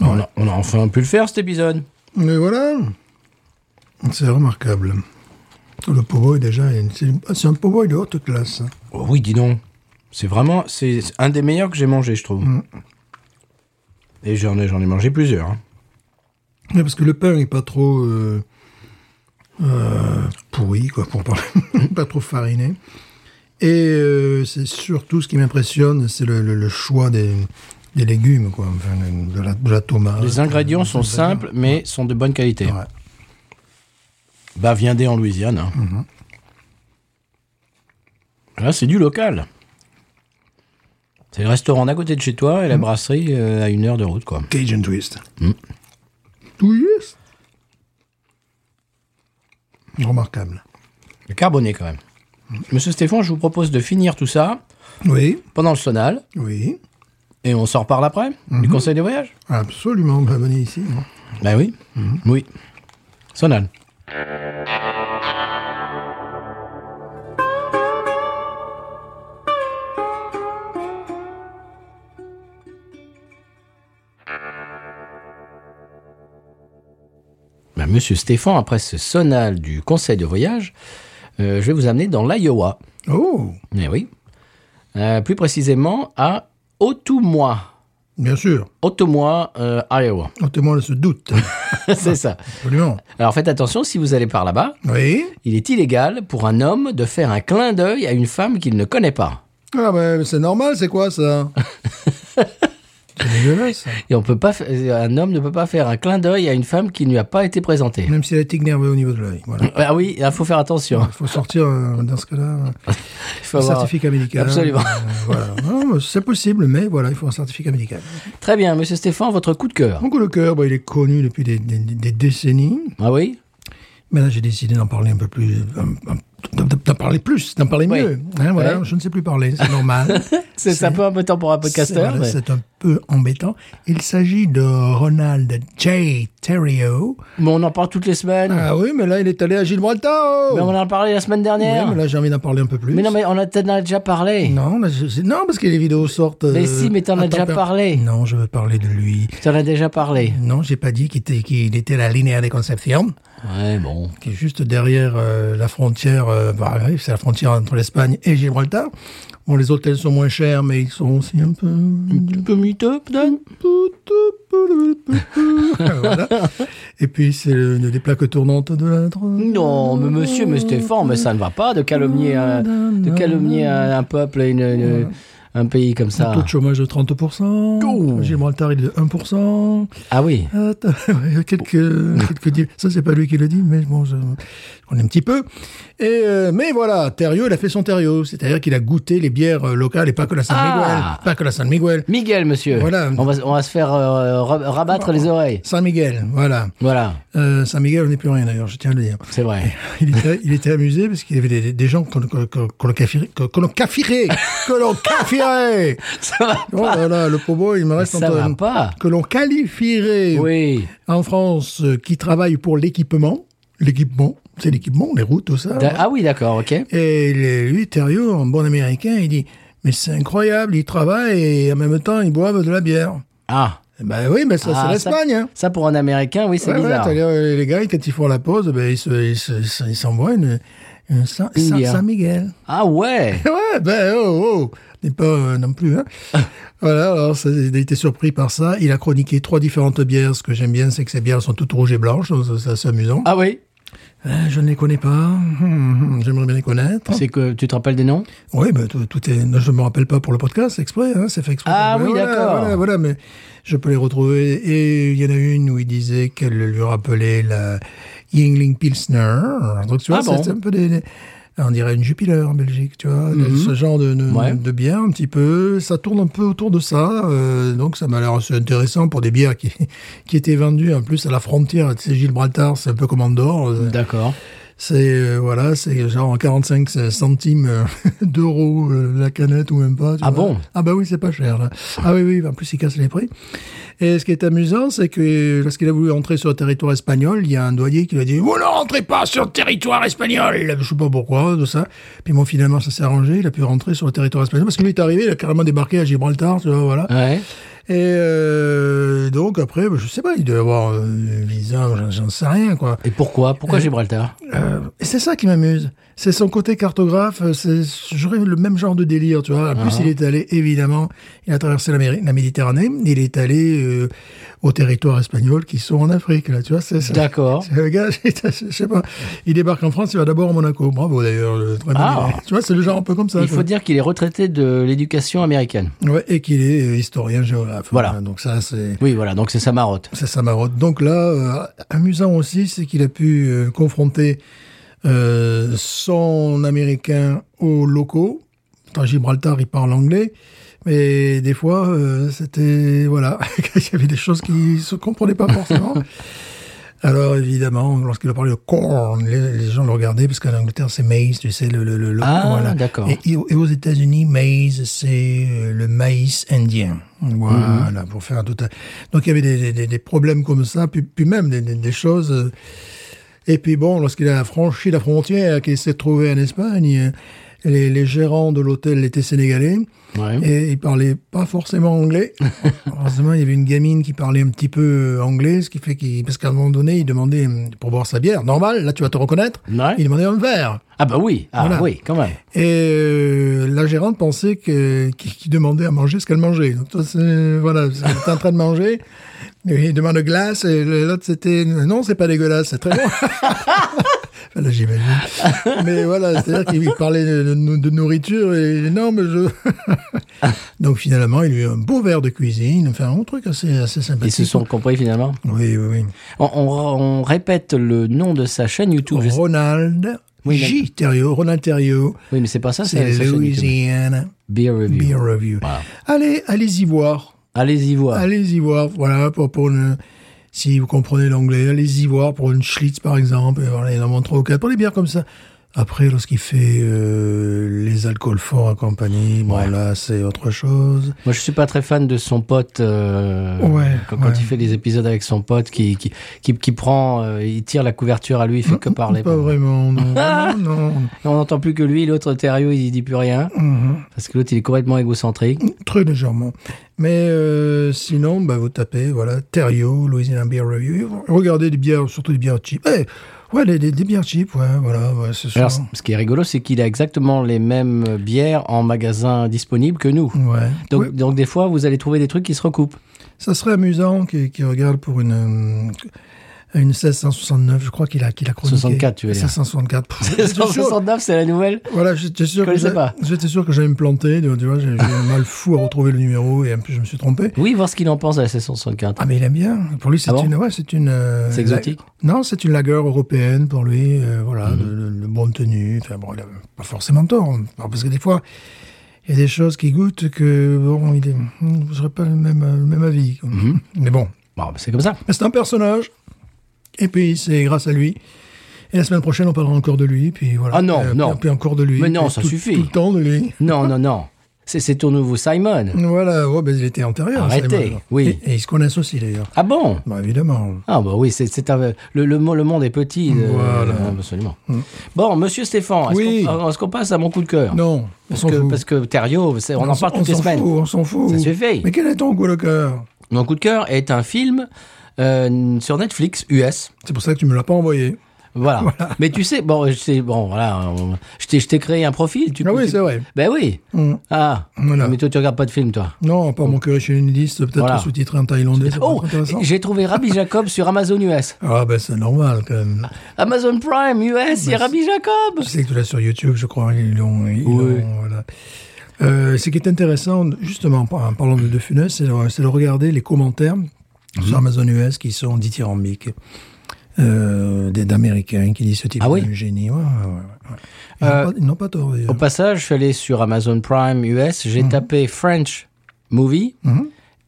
Speaker 1: On, a, on a enfin pu le faire cet épisode.
Speaker 2: Mais voilà, c'est remarquable. Le povo est déjà, une- c'est c'est un povo de haute classe. hein.
Speaker 1: Oh oui, dis donc. C'est vraiment, c'est c'est un des meilleurs que j'ai mangé, je trouve.
Speaker 2: Mm.
Speaker 1: Et j'en ai, j'en ai mangé plusieurs. hein.
Speaker 2: Ouais, parce que le pain est pas trop, euh, euh, pourri, quoi, pour parler, (laughs) pas trop fariné. Et euh, c'est surtout ce qui m'impressionne, c'est le, le- le choix des, des légumes, quoi, enfin, le- de, la, de la tomate.
Speaker 1: Les ingrédients sont
Speaker 2: Ouais.
Speaker 1: simples, mais sont de bonne qualité.
Speaker 2: Ouais.
Speaker 1: Bah, viandé en Louisiane. hein.
Speaker 2: Mm-hmm.
Speaker 1: Là, c'est du local. C'est le restaurant d'à côté de chez toi et
Speaker 2: Mm.
Speaker 1: la brasserie euh, à une heure de route, quoi.
Speaker 2: Cajun twist. Twist Remarquable.
Speaker 1: Carboné, quand même.
Speaker 2: Mm.
Speaker 1: Monsieur Stéphane, je vous propose de finir tout ça
Speaker 2: Oui,
Speaker 1: pendant le sonal
Speaker 2: oui,
Speaker 1: et on s'en reparle après
Speaker 2: Mm-hmm.
Speaker 1: du conseil de voyage.
Speaker 2: absolument. Ben, venez ici. hein.
Speaker 1: Ben oui. Oui. Sonal. Ben, Monsieur Stéphane, après ce sonal du conseil de voyage, euh, je vais vous amener dans l'Iowa.
Speaker 2: Oh,
Speaker 1: Eh oui. Euh, plus précisément à Ottumwa.
Speaker 2: bien sûr.
Speaker 1: Ottumwa, euh, Iowa. (laughs)
Speaker 2: On témoigne ce doute.
Speaker 1: C'est ça.
Speaker 2: absolument.
Speaker 1: Alors faites attention si vous allez par là-bas.
Speaker 2: Oui.
Speaker 1: Il est illégal pour un homme de faire un clin d'œil à une femme qu'il ne connaît pas.
Speaker 2: Ah, ben, c'est normal, c'est
Speaker 1: (laughs)
Speaker 2: quoi ça C'est dégueulasse. ça.
Speaker 1: Et on peut pas, fa- euh, un homme ne peut pas faire un clin d'œil à une femme qui ne lui a pas été présentée.
Speaker 2: Même si elle est tic nerveux au niveau de l'œil. Voilà.
Speaker 1: Ah oui, il faut faire attention.
Speaker 2: Il faut sortir euh, dans ce cas-là.
Speaker 1: Il (laughs) faut
Speaker 2: Un
Speaker 1: avoir-
Speaker 2: certificat médical.
Speaker 1: Absolument.
Speaker 2: Euh,
Speaker 1: (laughs)
Speaker 2: voilà. Non, C'est possible, mais voilà, il faut un certificat médical.
Speaker 1: Très bien, Monsieur Stéphane, votre coup de cœur.
Speaker 2: Mon coup de cœur, bah, il est connu depuis des, des- des décennies.
Speaker 1: Ah oui
Speaker 2: Mais là, j'ai décidé d'en parler un peu plus, un- un- d'en parler plus, d'en parler
Speaker 1: Oui.
Speaker 2: mieux. Hein, voilà,
Speaker 1: Oui.
Speaker 2: je ne sais plus parler, c'est normal.
Speaker 1: (laughs) C'est c'est un peu embêtant pour un
Speaker 2: C'est
Speaker 1: podcasteur.
Speaker 2: voilà,
Speaker 1: mais-
Speaker 2: c'est un peu embêtant. Il s'agit de Ronald J. Terrio.
Speaker 1: Mais on en parle toutes les semaines.
Speaker 2: Ah oui, mais là, il est allé à Gilles Brentano.
Speaker 1: Mais on en a parlé la semaine dernière.
Speaker 2: Oui, mais là, j'ai envie d'en parler un peu plus.
Speaker 1: Mais non, mais on a- t'en as déjà parlé.
Speaker 2: Non, là, je- c'est- non, parce que les vidéos sortent.
Speaker 1: Mais
Speaker 2: euh,
Speaker 1: si, mais t'en as
Speaker 2: à temps
Speaker 1: déjà
Speaker 2: per-
Speaker 1: parlé.
Speaker 2: Non, je veux parler de lui.
Speaker 1: T'en as déjà parlé.
Speaker 2: Non, j'ai pas dit qu'il était, qu'il était la linéaire des conceptions,
Speaker 1: Ouais, bon.
Speaker 2: qui est juste derrière euh, la frontière, euh, bah, oui, c'est la frontière entre l'Espagne et Gibraltar. Bon, les hôtels sont moins chers, mais ils sont aussi
Speaker 1: (laughs)
Speaker 2: un peu...
Speaker 1: Un peu miteux, peut-être
Speaker 2: voilà. Et puis, c'est le- une des plaques tournantes de la drogue.
Speaker 1: Non, mais monsieur, mais Stéphane, mais ça ne va pas de calomnier un, de calomnier un, un peuple et une- une- un pays comme ça.
Speaker 2: Taux de chômage de 30%.
Speaker 1: Oh.
Speaker 2: Gibraltar, il est de 1%.
Speaker 1: Ah oui,
Speaker 2: Attends, (laughs) quelques, quelques di- ça c'est pas lui qui le dit, mais bon, je, on est un petit peu. Et euh, mais voilà, Thériault, il a fait son Thériault, c'est-à-dire qu'il a goûté les bières euh, locales et pas que la San Miguel,
Speaker 1: Ah.
Speaker 2: pas que la San Miguel,
Speaker 1: Miguel, monsieur.
Speaker 2: Voilà.
Speaker 1: On va, on va se faire euh, ra- rabattre les oreilles.
Speaker 2: San Miguel, voilà.
Speaker 1: Voilà,
Speaker 2: Euh, San Miguel, on n'est plus rien d'ailleurs, je tiens à le dire.
Speaker 1: c'est
Speaker 2: (laughs)
Speaker 1: vrai.
Speaker 2: Il était, il était amusé parce qu'il y avait des, des gens qu'on qu'on- qu'on- qu'on le caffirait, qu'on qu'on le caffirait, que l'on caffirait.
Speaker 1: Ça va,
Speaker 2: Oh là là, le pauvre, il me reste
Speaker 1: ça va
Speaker 2: encore
Speaker 1: pas.
Speaker 2: que l'on qualifierait.
Speaker 1: Oui,
Speaker 2: en France euh, qui travaillent pour l'équipement. L'équipement, c'est l'équipement, les routes, tout ça.
Speaker 1: D'a- ah oui, d'accord, ok.
Speaker 2: Et les- lui, Thériault, un bon américain, il dit Mais c'est incroyable, ils travaillent et en même temps, ils boivent de la bière.
Speaker 1: Ah,
Speaker 2: Eh Ben oui, mais ça,
Speaker 1: Ah,
Speaker 2: c'est l'Espagne. hein.
Speaker 1: ça pour un Américain, oui, c'est
Speaker 2: Ouais, ouais,
Speaker 1: bizarre.
Speaker 2: t'as l'air, euh, les gars, quand ils font la pause, ben, ils s'envoient ils se, ils se- ils s'envoient une, une San,
Speaker 1: Une
Speaker 2: San-
Speaker 1: bière.
Speaker 2: San Miguel.
Speaker 1: ah
Speaker 2: (laughs)
Speaker 1: ouais,
Speaker 2: Ouais, ben oh, oh, n'est pas euh, non plus.
Speaker 1: (laughs)
Speaker 2: Hein. voilà, alors ça, il a été surpris par ça. Il a chroniqué trois différentes bières. Ce que j'aime bien, c'est que ces bières sont toutes rouges et blanches. Ça, ça, C'est amusant.
Speaker 1: ah oui.
Speaker 2: Euh, Je ne les connais pas. Hum, hum, J'aimerais bien les connaître.
Speaker 1: C'est que tu te rappelles des noms
Speaker 2: Oui, ben, tout, tout est. non, Je ne me rappelle pas pour le podcast, c'est exprès, hein, c'est fait exprès.
Speaker 1: Ah
Speaker 2: Ben,
Speaker 1: oui,
Speaker 2: voilà,
Speaker 1: d'accord.
Speaker 2: Voilà, voilà, mais je peux les retrouver. Et il y en a une où il disait qu'elle lui rappelait la Yingling Pilsner. Donc tu vois,
Speaker 1: Ah bon
Speaker 2: c'est un peu des. des- On dirait une Jupiler en Belgique, tu vois, ce genre de, de,
Speaker 1: Mhm. Ouais.
Speaker 2: de bière un petit peu. Ça tourne un peu autour de ça, euh, donc ça m'a l'air assez intéressant pour des bières qui, (laughs) qui étaient vendues en plus à la frontière. Tu sais, Gibraltar, c'est un peu comme Andorre. euh,
Speaker 1: D'accord.
Speaker 2: c'est euh, voilà, c'est genre 45 centimes euh, (laughs) d'euros euh, la canette ou même pas. tu
Speaker 1: Ah
Speaker 2: vois.
Speaker 1: bon
Speaker 2: Ah bah oui, c'est pas cher là. Ah oui oui, en plus ils cassent les prix. Et ce qui est amusant, c'est que lorsqu'il a voulu entrer sur le territoire espagnol, il y a un doyer qui lui a dit "Vous ne rentrez pas sur le territoire espagnol." Je sais pas pourquoi, tout ça. Puis bon,
Speaker 1: Hein
Speaker 2: finalement ça s'est arrangé, il a pu rentrer sur le territoire espagnol parce que lui est arrivé, il a carrément débarqué à Gibraltar, tu vois, voilà.
Speaker 1: Ouais.
Speaker 2: Et euh, donc après, bah, je sais pas, il devait avoir euh, un visa, j'en- j'en sais rien quoi.
Speaker 1: Et pourquoi Pourquoi
Speaker 2: (laughs)
Speaker 1: Gibraltar
Speaker 2: Euh, et c'est ça qui m'amuse. C'est son côté cartographe, euh, c'est j'aurais le même genre de délire, tu vois. En plus,
Speaker 1: Ah.
Speaker 2: il est allé, évidemment, il a traversé la, Méri- la Méditerranée, il est allé euh, aux territoires espagnols qui sont en Afrique, là, tu vois. c'est- c'est-
Speaker 1: D'accord.
Speaker 2: c'est Le gars, (laughs) je sais pas, il débarque en France, il va d'abord à Monaco. Bravo d'ailleurs, euh, très bonne
Speaker 1: Ah.
Speaker 2: idée. Tu vois, c'est le genre un peu comme ça.
Speaker 1: Il
Speaker 2: quoi.
Speaker 1: faut dire qu'il est retraité de l'éducation américaine.
Speaker 2: Ouais, et qu'il est euh, historien géographe.
Speaker 1: Voilà.
Speaker 2: Donc ça, c'est...
Speaker 1: Oui, voilà, donc c'est sa marotte.
Speaker 2: Ça, ça marotte. Donc là, euh, amusant aussi, c'est qu'il a pu euh, confronter euh, son américain aux locaux. À Gibraltar, il parle anglais. Mais des fois, euh, c'était. Voilà. (laughs) il y avait des choses qui se comprenaient
Speaker 1: (laughs)
Speaker 2: pas forcément. Alors, évidemment, lorsqu'il a parlé de corn, les, les gens le regardaient, parce qu'en Angleterre, c'est maize, tu sais, le. le, le- le-
Speaker 1: Ah, d'accord.
Speaker 2: Et, et aux et aux États-Unis, maize, c'est euh, le maïs indien. Voilà,
Speaker 1: Mm-hmm.
Speaker 2: pour faire un total. Donc, il y avait des, des- des problèmes comme ça, puis, puis même des, des- des choses. euh, et puis bon, lorsqu'il a franchi la frontière, qu'il s'est trouvé en Espagne, euh, les, les gérants de l'hôtel étaient sénégalais.
Speaker 1: Ouais.
Speaker 2: Et ils parlaient pas forcément
Speaker 1: (laughs)
Speaker 2: anglais. Heureusement, il y avait une gamine qui parlait un petit peu euh, anglais, ce qui fait qu'il, parce qu'à un moment donné, il demandait hum, pour boire sa bière. Normal, là, tu vas te reconnaître.
Speaker 1: Ouais.
Speaker 2: Il demandait un verre.
Speaker 1: Ah bah oui, ah
Speaker 2: Voilà.
Speaker 1: oui, quand même.
Speaker 2: Et euh, la gérante pensait que qu'il qu'il demandait à manger ce qu'elle mangeait. Donc toi, c'est- voilà, elle était en train de manger. Et il demande glace et le- l'autre c'était non, c'est pas dégueulasse, c'est très bon. (laughs) Enfin, Là, j'imagine. Mais voilà, c'est-à-dire qu'il parlait de, de- de nourriture et non, mais je. (laughs) Donc finalement, il y a eu un beau verre de cuisine, enfin un truc assez, assez
Speaker 1: Ils
Speaker 2: sympathique.
Speaker 1: se sont compris finalement.
Speaker 2: Oui, oui, oui.
Speaker 1: On, on- on répète le nom de sa chaîne YouTube. je sais-
Speaker 2: Oh. Ronald
Speaker 1: Oui,
Speaker 2: J. Thériault, Ronald Thériault,
Speaker 1: Oui, mais c'est pas ça, c'est
Speaker 2: c'est
Speaker 1: sa chaîne YouTube.
Speaker 2: Louisiana.
Speaker 1: Beer Review.
Speaker 2: Beer Review.
Speaker 1: Voilà. Ah.
Speaker 2: Allez, allez-y voir.
Speaker 1: Allez-y voir.
Speaker 2: Allez-y voir. Voilà, pour, pour une- si vous comprenez l'anglais, allez-y voir pour une Schlitz, par exemple. Et voilà, il en montre trois ou quatre. Pour les bières comme ça. Après, lorsqu'il fait euh, les alcools forts et compagnie, bon, là, c'est autre chose.
Speaker 1: Moi, je suis pas très fan de son pote. euh,
Speaker 2: Ouais,
Speaker 1: quand, quand
Speaker 2: ouais.
Speaker 1: il fait des épisodes avec son pote, qui qui, qui, qui prend, euh, il tire la couverture à lui, il fait que parler.
Speaker 2: Mm, Pas vraiment, non. non, non.
Speaker 1: On n'entend plus que lui, l'autre Terrio, il dit plus rien
Speaker 2: Mhm.
Speaker 1: parce que l'autre il est complètement égocentrique.
Speaker 2: Très légèrement. Mais euh, sinon, bah, vous tapez, voilà, Terrio, Louisiana Beer Review. Regardez des bières, surtout des bières cheap. Eh, ouais, des, des- des bières cheap, ouais, voilà, ouais, c'est sûr.
Speaker 1: Alors, c- ce qui est rigolo, c'est qu'il a exactement les mêmes bières en magasin disponible que nous.
Speaker 2: Ouais.
Speaker 1: Donc,
Speaker 2: Ouais.
Speaker 1: donc des fois, vous allez trouver des trucs qui se recoupent.
Speaker 2: Ça serait amusant qu'il qu'il regarde pour une, euh, une 1669, je crois qu'il a, qu'il a chroniqué.
Speaker 1: 64, tu veux dire. (laughs)
Speaker 2: 1664. Pff, j'étais sûr-
Speaker 1: 169, c'est la nouvelle.
Speaker 2: Voilà, j'étais sûr,
Speaker 1: Je
Speaker 2: que
Speaker 1: connaissais
Speaker 2: j'a-
Speaker 1: pas.
Speaker 2: j'étais sûr que j'allais me planter, tu vois, tu vois, j'ai j'ai eu mal fou à retrouver le numéro et en plus je me suis trompé.
Speaker 1: Oui, voir ce qu'il en pense de la 1664.
Speaker 2: Ah mais il aime bien. Pour lui c'est
Speaker 1: Ah bon
Speaker 2: une, ouais, c'est une. euh,
Speaker 1: C'est exotique Mhm.
Speaker 2: la- Non, c'est une lagueur européenne pour lui. euh, voilà, le, le- le bon tenu. Enfin bon, il a pas forcément tort. Alors, parce que des fois, il y a des choses qui goûtent que bon, il est, vous n'aurez pas le même, euh, le même avis. quoi.
Speaker 1: Mhm.
Speaker 2: Mais bon,
Speaker 1: Bon, bah, c'est comme ça.
Speaker 2: mais c'est un personnage. Et puis, c'est grâce à lui. Et la semaine prochaine, on parlera encore de lui. Puis voilà.
Speaker 1: Ah non,
Speaker 2: Euh,
Speaker 1: non.
Speaker 2: Puis, puis encore de lui.
Speaker 1: Mais non,
Speaker 2: Puis
Speaker 1: ça
Speaker 2: tout-
Speaker 1: suffit.
Speaker 2: Tout le temps de lui.
Speaker 1: Non, non, non. C'est- C'est ton nouveau Simon.
Speaker 2: Voilà. Ouais, ben, il était antérieur.
Speaker 1: Arrêtez,
Speaker 2: Simon, alors.
Speaker 1: oui.
Speaker 2: Et, et ils se connaissent aussi, d'ailleurs.
Speaker 1: Ah bon
Speaker 2: Bon, évidemment.
Speaker 1: Ah bah oui, c'est c'est un- le, le, mo- le monde est petit. euh,
Speaker 2: Voilà. Mm.
Speaker 1: absolument. Bon, monsieur Stéphane, est-ce
Speaker 2: Oui.
Speaker 1: qu'on est-ce qu'on passe à mon coup de cœur
Speaker 2: Non.
Speaker 1: Parce
Speaker 2: on s'en
Speaker 1: que,
Speaker 2: fout.
Speaker 1: parce que Thériault, c'est- on, en
Speaker 2: s-
Speaker 1: parle toutes les
Speaker 2: s'en
Speaker 1: semaines.
Speaker 2: fout, on s'en fout.
Speaker 1: Ça suffit.
Speaker 2: Mais quel est ton coup de cœur
Speaker 1: Mon coup de cœur est un film euh, sur Netflix US.
Speaker 2: C'est pour ça que tu me l'as pas envoyé.
Speaker 1: Voilà. Mais tu sais, bon, je sais- bon, voilà, on- je t'ai, je t'ai créé un profil. Tu,
Speaker 2: Ah
Speaker 1: peux-
Speaker 2: oui,
Speaker 1: tu-
Speaker 2: c'est vrai.
Speaker 1: Ben oui.
Speaker 2: Mm.
Speaker 1: Ah.
Speaker 2: Voilà.
Speaker 1: Mais toi, tu regardes pas de film, toi.
Speaker 2: Non, pas mon cœur est chez Unidis, peut-être
Speaker 1: Oh. Voilà.
Speaker 2: sous-titré en thaïlandais. ça peut
Speaker 1: Oh,
Speaker 2: être intéressant.
Speaker 1: j'ai trouvé Rabbi Jacob sur Amazon US.
Speaker 2: Ah ben c'est normal quand même.
Speaker 1: Ah, Amazon Prime US, il y a Rabbi Jacob.
Speaker 2: Tu sais que tu l'as sur YouTube, je crois. Ils l'ont. ils
Speaker 1: Oui.
Speaker 2: l'ont, voilà. Euh, ce qui est intéressant, justement, par- en parlant de De Funès, c'est de, c'est de regarder les commentaires
Speaker 1: Mhm.
Speaker 2: sur Amazon US qui sont dithyrambiques. Euh, des- D'Américains qui disent ce type
Speaker 1: Ah oui
Speaker 2: de génie. Ouais, ouais, ouais, ouais. Ils
Speaker 1: Euh,
Speaker 2: n'ont pas- ils n'ont pas, tort. d'ailleurs.
Speaker 1: Au passage, je suis allé sur Amazon Prime US,
Speaker 2: Mhm.
Speaker 1: j'ai tapé French Movie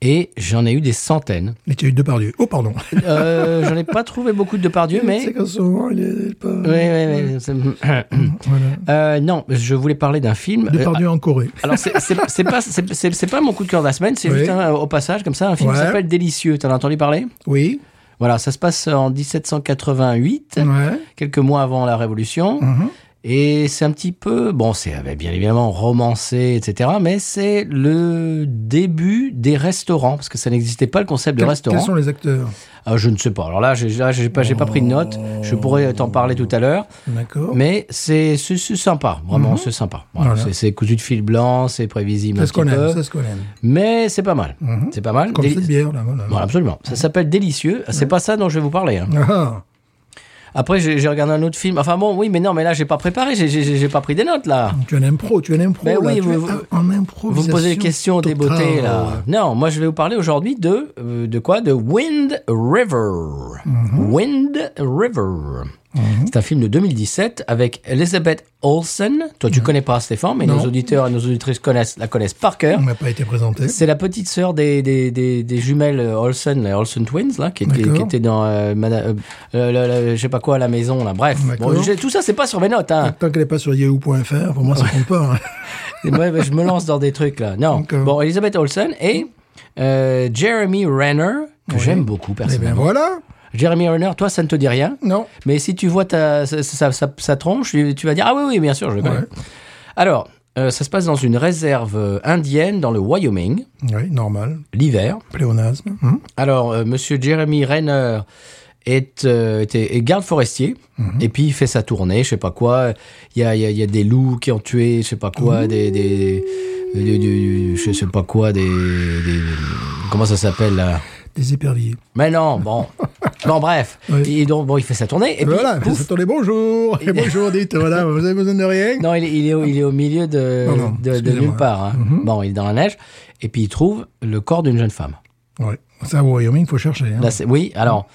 Speaker 1: et j'en ai eu des centaines.
Speaker 2: Mais tu as eu Depardieu. Oh, pardon.
Speaker 1: Euh, j'en ai pas trouvé beaucoup de Depardieu, (laughs) mais.
Speaker 2: C'est qu'en ce moment, il est pas.
Speaker 1: Oui, oui, oui.
Speaker 2: Voilà.
Speaker 1: Euh, non, je voulais parler d'un film. Euh,
Speaker 2: Depardieu en Corée.
Speaker 1: Alors, c'est c'est- c'est pas, c'est- c'est- c'est pas mon coup de cœur de la semaine, c'est
Speaker 2: Oui.
Speaker 1: juste un- au passage, comme ça, un film qui
Speaker 2: Ouais.
Speaker 1: s'appelle Délicieux. T'en as entendu parler
Speaker 2: Oui.
Speaker 1: Voilà, ça se passe en 1788,
Speaker 2: Ouais. Mhm.
Speaker 1: quelques mois avant la Révolution. Et c'est un petit peu, bon, c'est euh, bien évidemment romancé, etc. Mais c'est le début des restaurants, parce que ça n'existait pas le concept de
Speaker 2: Quels-
Speaker 1: restaurant.
Speaker 2: Quels sont les acteurs
Speaker 1: Ah, je ne sais pas. Alors là, j'ai là, j'ai pas, j'ai pas pris de notes. Je pourrais t'en parler tout à l'heure.
Speaker 2: D'accord.
Speaker 1: Mais c'est c'est- c'est sympa, vraiment, c'est sympa. Voilà,
Speaker 2: Oh. Mhm. Voilà.
Speaker 1: c'est- C'est cousu de fil blanc, c'est prévisible. un
Speaker 2: C'est ce qu'on
Speaker 1: petit
Speaker 2: aime,
Speaker 1: peu.
Speaker 2: c'est ce qu'on aime.
Speaker 1: Mais c'est pas mal. C'est pas mal.
Speaker 2: Mhm. Comme Mhm.
Speaker 1: Déli-
Speaker 2: cette bière, là, voilà.
Speaker 1: Voilà, absolument. Ça s'appelle Délicieux. Ah, C'est pas ça dont je vais vous parler. hein.
Speaker 2: Ah,
Speaker 1: Après, j'ai j'ai regardé un autre film. Enfin bon, oui, mais non, mais là, j'ai pas préparé. J'ai- J'ai j'ai pas pris des notes, là.
Speaker 2: ah, tu es un impro, tu es un impro.
Speaker 1: Ben
Speaker 2: là,
Speaker 1: oui,
Speaker 2: tu
Speaker 1: vous-
Speaker 2: es
Speaker 1: vous-
Speaker 2: un- en improvisation
Speaker 1: Vous me posez des questions des
Speaker 2: totale.
Speaker 1: beautés, là. Non, moi, je vais vous parler aujourd'hui de... euh, de quoi De Wind River.
Speaker 2: Mhm.
Speaker 1: Wind River. C'est un film de 2017 avec Elizabeth Olsen. Toi, tu connais pas, Stéphane, mais
Speaker 2: Mhm. Non. Mhm.
Speaker 1: nos auditeurs et nos auditrices connaissent, la connaissent par cœur.
Speaker 2: On m'a pas été présenté.
Speaker 1: C'est la petite sœur des, des, des, des jumelles euh, Olsen, les Olsen Twins, là, qui, qui,
Speaker 2: D'accord.
Speaker 1: qui était dans, euh, Mana- euh, euh, la- la- je sais pas quoi, à la maison, là. Bref,
Speaker 2: D'accord.
Speaker 1: Bon, j'ai- tout ça, c'est pas sur mes notes. Hein.
Speaker 2: Tant qu'elle n'est pas sur yahoo.fr, pour moi, ça compte pas.
Speaker 1: (laughs)
Speaker 2: hein.
Speaker 1: Ouais, bah, je me lance dans des trucs là. Non.
Speaker 2: D'accord.
Speaker 1: Bon, Elizabeth Olsen et euh, Jeremy Renner, que j'aime beaucoup
Speaker 2: Eh bien,
Speaker 1: personnellement.
Speaker 2: voilà.
Speaker 1: Jeremy Renner, toi, ça ne te dit rien.
Speaker 2: Non.
Speaker 1: Mais si tu vois ta, sa, sa- sa- sa tronche, tu vas dire Ah oui, oui, bien sûr, je le connais. Alors, euh, ça se passe dans une réserve euh, indienne dans le Wyoming,
Speaker 2: Oui, normal.
Speaker 1: l'hiver.
Speaker 2: Pléonasme. Hum.
Speaker 1: Alors, euh, monsieur Jeremy Renner est, euh, était- est garde forestier,
Speaker 2: Mhm.
Speaker 1: et puis il fait sa tournée, je sais pas quoi. Il y a, il y a- il y a des loups qui ont tué, je sais pas quoi, des. des des- du- du- je sais pas quoi, des. des- comment ça s'appelle là
Speaker 2: Des éperviers.
Speaker 1: Mais non,
Speaker 2: (laughs)
Speaker 1: bon. bon, bref.
Speaker 2: Oui.
Speaker 1: Et donc, bon, il fait sa tournée, et puis.
Speaker 2: voilà,
Speaker 1: pouf,
Speaker 2: vous attendez bonjour. Et bonjour,
Speaker 1: (laughs)
Speaker 2: dites, voilà, vous avez besoin de rien.
Speaker 1: non, il, est- il est, au, il est au milieu de,
Speaker 2: Non, non,
Speaker 1: de- de
Speaker 2: excusez-moi. Mhm.
Speaker 1: nulle part. hein. Bon, il est dans la neige, et puis il trouve le corps d'une jeune femme.
Speaker 2: Ouais. Ça, au Wyoming, il faut chercher. hein.
Speaker 1: Là, c'est- oui, alors.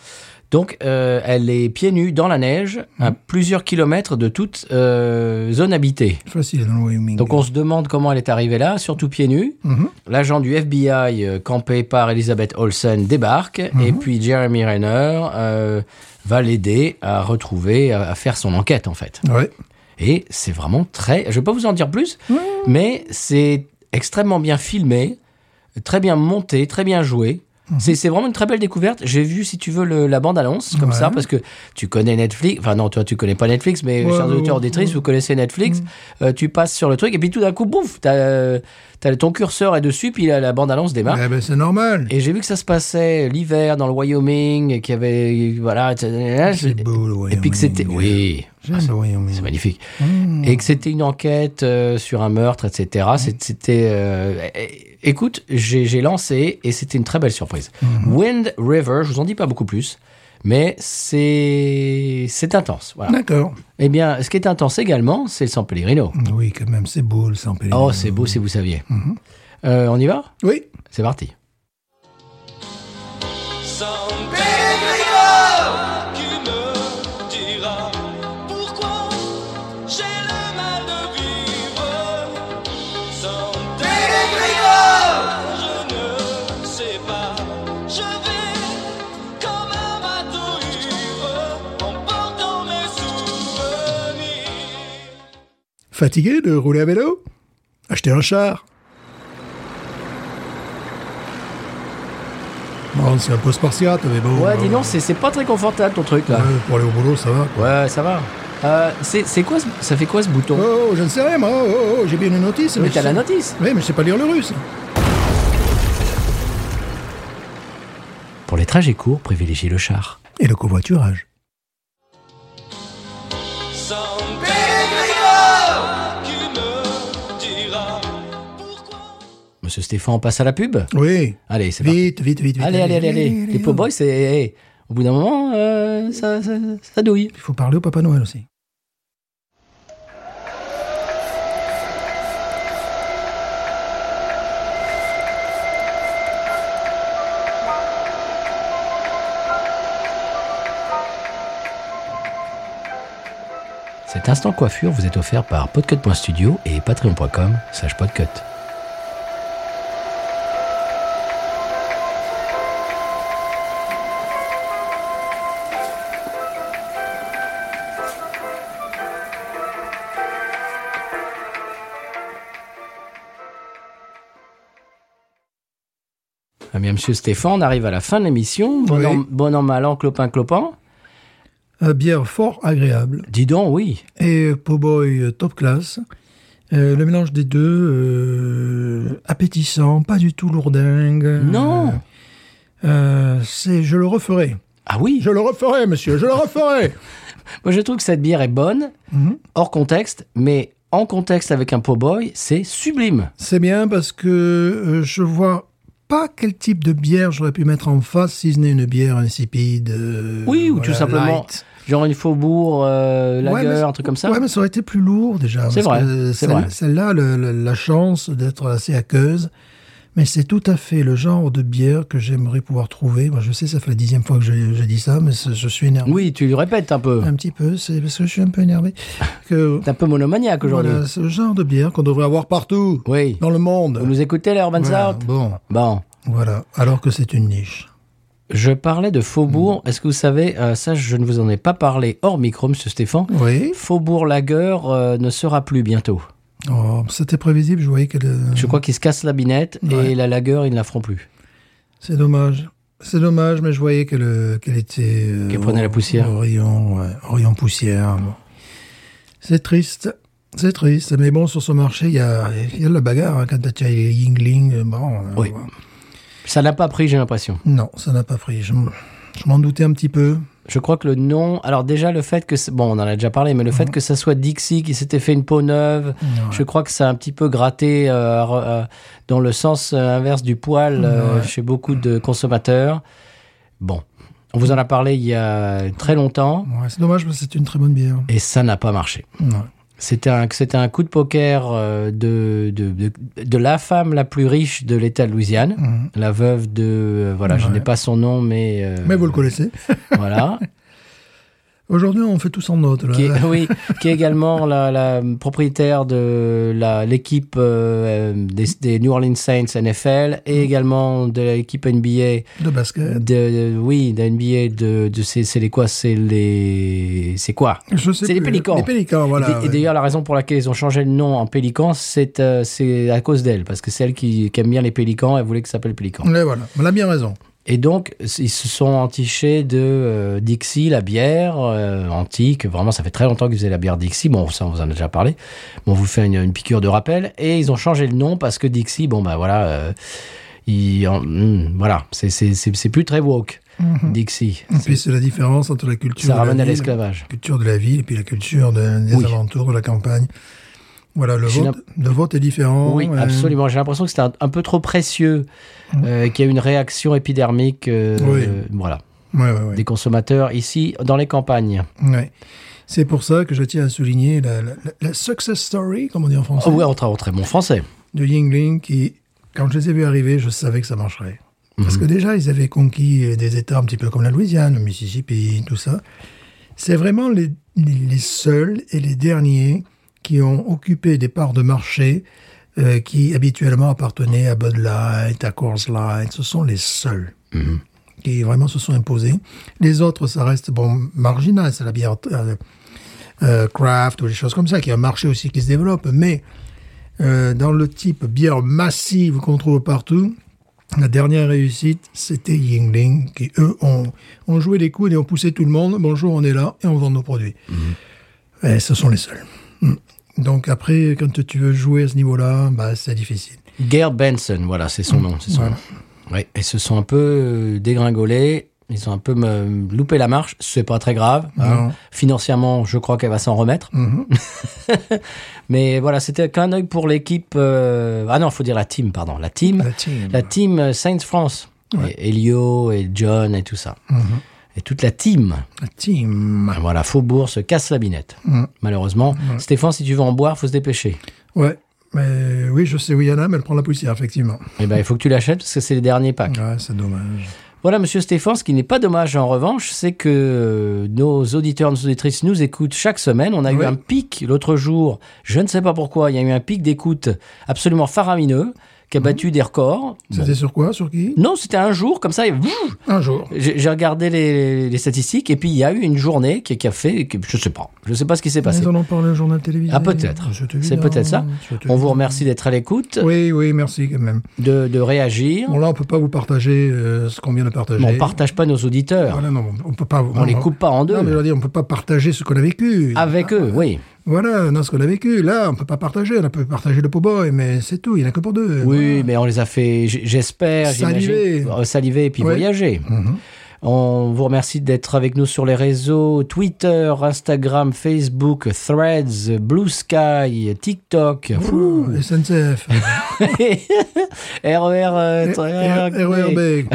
Speaker 1: Donc, euh, elle est pieds nus dans la neige, à plusieurs kilomètres de toute euh, zone habitée.
Speaker 2: Facile dans le Wyoming. Mhm.
Speaker 1: Donc, on se demande comment elle est arrivée là, surtout pieds nus. L'agent du FBI, euh, campé par Elizabeth Olsen, débarque. Et puis, Jeremy Renner euh, va l'aider à retrouver, à, à faire son enquête, en fait.
Speaker 2: Ouais.
Speaker 1: Et c'est vraiment très... Je ne vais pas vous en dire plus, mais c'est extrêmement bien filmé, très bien monté, très bien joué.
Speaker 2: Mhm.
Speaker 1: C'est c'est vraiment une très belle découverte. J'ai vu, si tu veux, le- la bande-annonce, comme
Speaker 2: Ouais.
Speaker 1: ça, parce que tu connais Netflix. Enfin, non, toi, tu connais pas Netflix, mais
Speaker 2: Ouais,
Speaker 1: chers
Speaker 2: ouais, Mhm.
Speaker 1: auditeurs,
Speaker 2: ouais.
Speaker 1: auditrices, vous connaissez Netflix. Euh, tu passes sur le truc, et puis tout d'un coup, bouf, t'as, euh, t'as- ton curseur est dessus, puis la, la bande-annonce démarre.
Speaker 2: Eh ben, c'est normal.
Speaker 1: Et j'ai vu que ça se passait l'hiver dans le Wyoming, et qu'il y avait. Voilà.
Speaker 2: C'est beau, le Wyoming.
Speaker 1: Et puis que c'était. Oui.
Speaker 2: J'aime le Wyoming. Mhm.
Speaker 1: C'est magnifique. Et que c'était une enquête euh, sur un meurtre, etc. C'est- C'était. euh, é- écoute, j'ai j'ai lancé et c'était une très belle surprise. Wind River, je vous en dis pas beaucoup plus, mais c'est c'est intense. Voilà.
Speaker 2: D'accord.
Speaker 1: Eh bien, ce qui est intense également, c'est le San Pellegrino.
Speaker 2: Oui, quand même, c'est beau, le San Pellegrino.
Speaker 1: Oh, c'est beau si vous saviez. Euh, on y va
Speaker 2: Oui.
Speaker 1: C'est parti.
Speaker 4: San Pellegrino qui me dira pourquoi j'ai le mal de vivre. San Pellegrino, je ne sais pas. Je vais comme un bateau ivre en portant mes souvenirs.
Speaker 2: Fatigué de rouler à vélo Acheter un char Bon, c'est un peu spartiate, mais bon.
Speaker 1: Ouais,
Speaker 2: euh,
Speaker 1: dis donc, c'est c'est pas très confortable ton truc là.
Speaker 2: ouais, pour aller au boulot, ça va. quoi.
Speaker 1: Ouais, ça va. Euh, c'est c'est quoi ce- Ça fait quoi ce bouton
Speaker 2: Oh, oh, je ne sais rien, moi. Oh, oh, oh, j'ai bien une notice.
Speaker 1: Mais
Speaker 2: je
Speaker 1: t'as la
Speaker 2: sais-
Speaker 1: notice
Speaker 2: Oui, mais je sais pas lire le russe.
Speaker 1: Pour les trajets courts, privilégiez le char.
Speaker 2: Et le covoiturage.
Speaker 4: San Pellegrino qui me dira pourquoi.
Speaker 1: Monsieur Stéphane, on passe à la pub
Speaker 2: Oui.
Speaker 1: Allez, c'est parti.
Speaker 2: Vite, vite, vite, vite.
Speaker 1: Allez, allez, allez, allez. Les po' boys, c'est... hey, Au bout d'un moment, euh, ça, ça, ça douille.
Speaker 2: Il faut parler au Papa Noël aussi.
Speaker 1: Cet instant coiffure vous est offert par podcut.studio et patreon.com slash podcut. Ah bien, monsieur Stéphane, on arrive à la fin de l'émission. Bon,
Speaker 2: Oui.
Speaker 1: Ah, an, bon an, mal an, clopin, clopin.
Speaker 2: Euh, bière fort agréable
Speaker 1: Dis donc, oui.
Speaker 2: et euh, po' boy euh, top class. Euh, le mélange des deux, euh, appétissant, pas du tout lourdingue.
Speaker 1: Non.
Speaker 2: Euh, c'est, je le referai.
Speaker 1: Ah oui.
Speaker 2: Je le referai, monsieur, je le referai.
Speaker 1: Moi, je trouve que cette bière est bonne,
Speaker 2: Mhm.
Speaker 1: hors contexte, mais en contexte avec un po' boy, c'est sublime.
Speaker 2: C'est bien parce que euh, je vois pas quel type de bière j'aurais pu mettre en face si ce n'est une bière insipide. euh,
Speaker 1: oui, ou
Speaker 2: voilà,
Speaker 1: tout simplement,
Speaker 2: light.
Speaker 1: genre une faubourg, euh,
Speaker 2: Ouais,
Speaker 1: lager,
Speaker 2: mais-
Speaker 1: un truc comme ça.
Speaker 2: Ouais, mais ça aurait été plus lourd déjà.
Speaker 1: C'est vrai,
Speaker 2: parce que
Speaker 1: c'est
Speaker 2: celle-
Speaker 1: vrai.
Speaker 2: Celle-là, le- le- la chance d'être assez aqueuse. Mais c'est tout à fait le genre de bière que j'aimerais pouvoir trouver. Moi, je sais, ça fait la dixième fois que je, je dis ça, mais c'est- je suis énervé.
Speaker 1: Oui, tu le répètes un peu.
Speaker 2: Un petit peu, c'est parce que je suis un peu
Speaker 1: (laughs)
Speaker 2: énervé. Que,
Speaker 1: T'es un peu monomaniaque aujourd'hui.
Speaker 2: voilà, ce genre de bière qu'on devrait avoir partout
Speaker 1: Oui.
Speaker 2: dans le monde.
Speaker 1: Vous nous écoutez, les Urban
Speaker 2: Voilà,
Speaker 1: Sart
Speaker 2: bon,
Speaker 1: Bon.
Speaker 2: voilà. Alors que c'est une niche.
Speaker 1: Je parlais de
Speaker 2: Mhm.
Speaker 1: Faubourg. Est-ce que vous savez, euh, ça, je ne vous en ai pas parlé hors micro, monsieur Stéphane.
Speaker 2: Oui.
Speaker 1: Faubourg Lager euh, ne sera plus bientôt.
Speaker 2: Oh, c'était prévisible, je voyais que le-
Speaker 1: Je crois qu'ils se cassent la binette
Speaker 2: Mhm. Ouais.
Speaker 1: et la Lager, ils ne la feront plus.
Speaker 2: c'est dommage. C'est dommage, mais je voyais qu'elle euh, qu'elle était. euh,
Speaker 1: Qu'elle prenait la poussière.
Speaker 2: au rayon, ouais, au rayon poussière. bon. C'est triste. C'est triste. Mais bon, sur ce marché, il y a, il y a de la bagarre. hein, quand tu as les Yingling, euh, bon. euh,
Speaker 1: Oui.
Speaker 2: voilà.
Speaker 1: Ça n'a pas pris, j'ai l'impression.
Speaker 2: Non, ça n'a pas pris. Je, m- je m'en doutais un petit peu.
Speaker 1: Je crois que le nom. Alors, déjà, le fait que. c'est- Bon, on en a déjà parlé, mais le
Speaker 2: Mhm.
Speaker 1: fait que ça soit Dixie qui s'était fait une peau neuve, je crois que ça a un petit peu gratté euh, re- euh, dans le sens euh, inverse du poil euh, chez beaucoup de consommateurs. Bon. On vous en a parlé il y a très longtemps
Speaker 2: Ouais, c'est dommage parce que c'est une très bonne bière.
Speaker 1: et ça n'a pas marché.
Speaker 2: Ouais.
Speaker 1: C'était un, c'était un coup de poker euh, de, de, de, de la femme la plus riche de l'État de Louisiane,
Speaker 2: Mhm.
Speaker 1: la veuve de... euh, voilà, je
Speaker 2: Ouais.
Speaker 1: n'ai pas son nom, mais... euh,
Speaker 2: Mais vous le connaissez.
Speaker 1: Voilà.
Speaker 2: Aujourd'hui, on fait tous en note. Là.
Speaker 1: qui est, (laughs) oui, qui est également la, la propriétaire de la- l'équipe euh, des, des New Orleans Saints NFL
Speaker 2: Mm.
Speaker 1: et également de l'équipe NBA.
Speaker 2: De basket.
Speaker 1: De, oui, de NBA de... de c'est c'est les quoi C'est les... C'est quoi
Speaker 2: Je sais
Speaker 1: C'est les
Speaker 2: plus.
Speaker 1: Pélicans.
Speaker 2: Les pélicans,
Speaker 1: Et
Speaker 2: voilà.
Speaker 1: d- et
Speaker 2: ouais.
Speaker 1: d'ailleurs, la raison pour laquelle ils ont changé le nom en Pélican, c'est euh, c'est à cause d'elle, parce que c'est elle qui, qui aime bien les Pélicans, elle voulait que ça s'appelle Pélican.
Speaker 2: Ouais, voilà. On a bien raison.
Speaker 1: Et donc, s- ils se sont entichés de euh, Dixie, la bière euh, antique. Vraiment, ça fait très longtemps qu'ils faisaient la bière Dixie. Bon, ça, on vous en a déjà parlé. Bon, on vous fait une, une piqûre de rappel. Et ils ont changé le nom parce que Dixie, bon, bah voilà. euh, ils en- hmm, voilà, c'est- c'est c'est- c'est plus très woke,
Speaker 2: Mhm.
Speaker 1: Dixie.
Speaker 2: Et puis c'est la différence entre la culture
Speaker 1: Ça
Speaker 2: de
Speaker 1: ramène
Speaker 2: la
Speaker 1: à
Speaker 2: ville,
Speaker 1: l'esclavage.
Speaker 2: la culture de la ville et puis la culture de- des
Speaker 1: Oui.
Speaker 2: alentours de la campagne. Voilà, le
Speaker 1: J'ai
Speaker 2: vote, le vote est différent.
Speaker 1: Oui,
Speaker 2: euh, Mhm.
Speaker 1: absolument. J'ai l'impression que c'était un, un peu trop précieux, euh, qu'il y a une réaction épidermique euh,
Speaker 2: Oui.
Speaker 1: euh, voilà,
Speaker 2: Ouais, ouais, ouais.
Speaker 1: des consommateurs ici, dans les campagnes.
Speaker 2: Ouais. C'est pour ça que je tiens à souligner la, la- la- la success story, comme on dit en français,
Speaker 1: Oh, ouais, en très, en très bon français.
Speaker 2: de Yingling qui, quand je les ai vus arriver, je savais que ça marcherait. Parce que déjà, ils avaient conquis euh, des États un petit peu comme la Louisiane, le Mississippi, tout ça. C'est vraiment les, les, les seuls et les derniers qui ont occupé des parts de marché euh, qui habituellement appartenaient à Bud Light, à Coors Light. Ce sont les seuls qui vraiment se sont imposés. Les autres, ça reste bon marginal. C'est la bière euh, euh, craft ou des choses comme ça, qui a un marché aussi qui se développe. Mais euh, dans le type bière massive qu'on trouve partout, la dernière réussite, c'était Yingling, qui eux ont, ont joué les coudes et ont poussé tout le monde. Bonjour, on est là et on vend nos produits.
Speaker 1: Mhm.
Speaker 2: Et ce sont les seuls. Mm. Donc après, quand tu veux jouer à ce niveau-là, bah, c'est difficile.
Speaker 1: Gerd Benson, voilà, c'est son nom. C'est son nom. Ouais, et se sont un peu euh, dégringolés. Ils ont un peu me- loupé la marche. C'est pas très grave. hein.
Speaker 2: Non.
Speaker 1: Financièrement, je crois qu'elle va s'en remettre. (laughs) Mais voilà, c'était qu'un œil pour l'équipe. euh, Ah non, faut dire la team, pardon. La team.
Speaker 2: La team.
Speaker 1: La team euh, Saints France. Et Elio et John et tout ça. Et toute la team. Ah,
Speaker 2: La team. Mm.
Speaker 1: Voilà, Faubourg se casse la binette. Malheureusement. Stéphane, si tu veux en boire, faut se dépêcher.
Speaker 2: Ouais. Mais oui, je sais où il y en a, mais elle prend la poussière, effectivement.
Speaker 1: Eh ben, il faut que tu l'achètes parce que c'est les derniers packs.
Speaker 2: Ouais, c'est dommage.
Speaker 1: Voilà, monsieur Stéphane, ce qui n'est pas dommage en revanche, c'est que euh, nos auditeurs, nos auditrices nous écoutent chaque semaine. On a eu
Speaker 2: Oui.
Speaker 1: un pic l'autre jour, je ne sais pas pourquoi, il y a eu un pic d'écoute absolument faramineux qui a battu des records.
Speaker 2: Mhm. C'était sur quoi Sur qui
Speaker 1: Non, c'était un jour comme ça. et vroom,
Speaker 2: Un jour.
Speaker 1: J'ai j'ai regardé les, les statistiques et puis il y a eu une journée qui, qui a fait, qui- je sais pas, je sais pas ce qui s'est passé.
Speaker 2: Nous allons parler au journal télévisé.
Speaker 1: Ah peut-être, c'est
Speaker 2: évident,
Speaker 1: peut-être ça.
Speaker 2: c'est
Speaker 1: On vous
Speaker 2: évident.
Speaker 1: remercie d'être à l'écoute,
Speaker 2: Oui, oui, merci quand même.
Speaker 1: de, de réagir.
Speaker 2: Bon, là, on peut pas vous partager euh, ce qu'on vient de partager.
Speaker 1: Mais on partage pas nos auditeurs,
Speaker 2: Voilà, non, on peut pas.
Speaker 1: on les coupe pas en deux.
Speaker 2: Non, mais je veux dire, on peut pas partager ce qu'on a vécu.
Speaker 1: Avec eux, oui.
Speaker 2: Voilà, non, ce qu'on a vécu. Là, on peut pas partager. On peut partager le po boy, mais c'est tout. Il y en a que pour deux.
Speaker 1: Oui, mais on les a fait, j- j'espère,
Speaker 2: Saliver. Mhm.
Speaker 1: j'imagine, euh, saliver et puis
Speaker 2: Oui.
Speaker 1: voyager. On vous remercie d'être avec nous sur les réseaux Twitter, Instagram, Facebook, Threads, Blue Sky, TikTok, (laughs)
Speaker 2: Ouh, SNCF,
Speaker 1: RER, euh,
Speaker 2: E R-
Speaker 1: Train-
Speaker 2: RERB.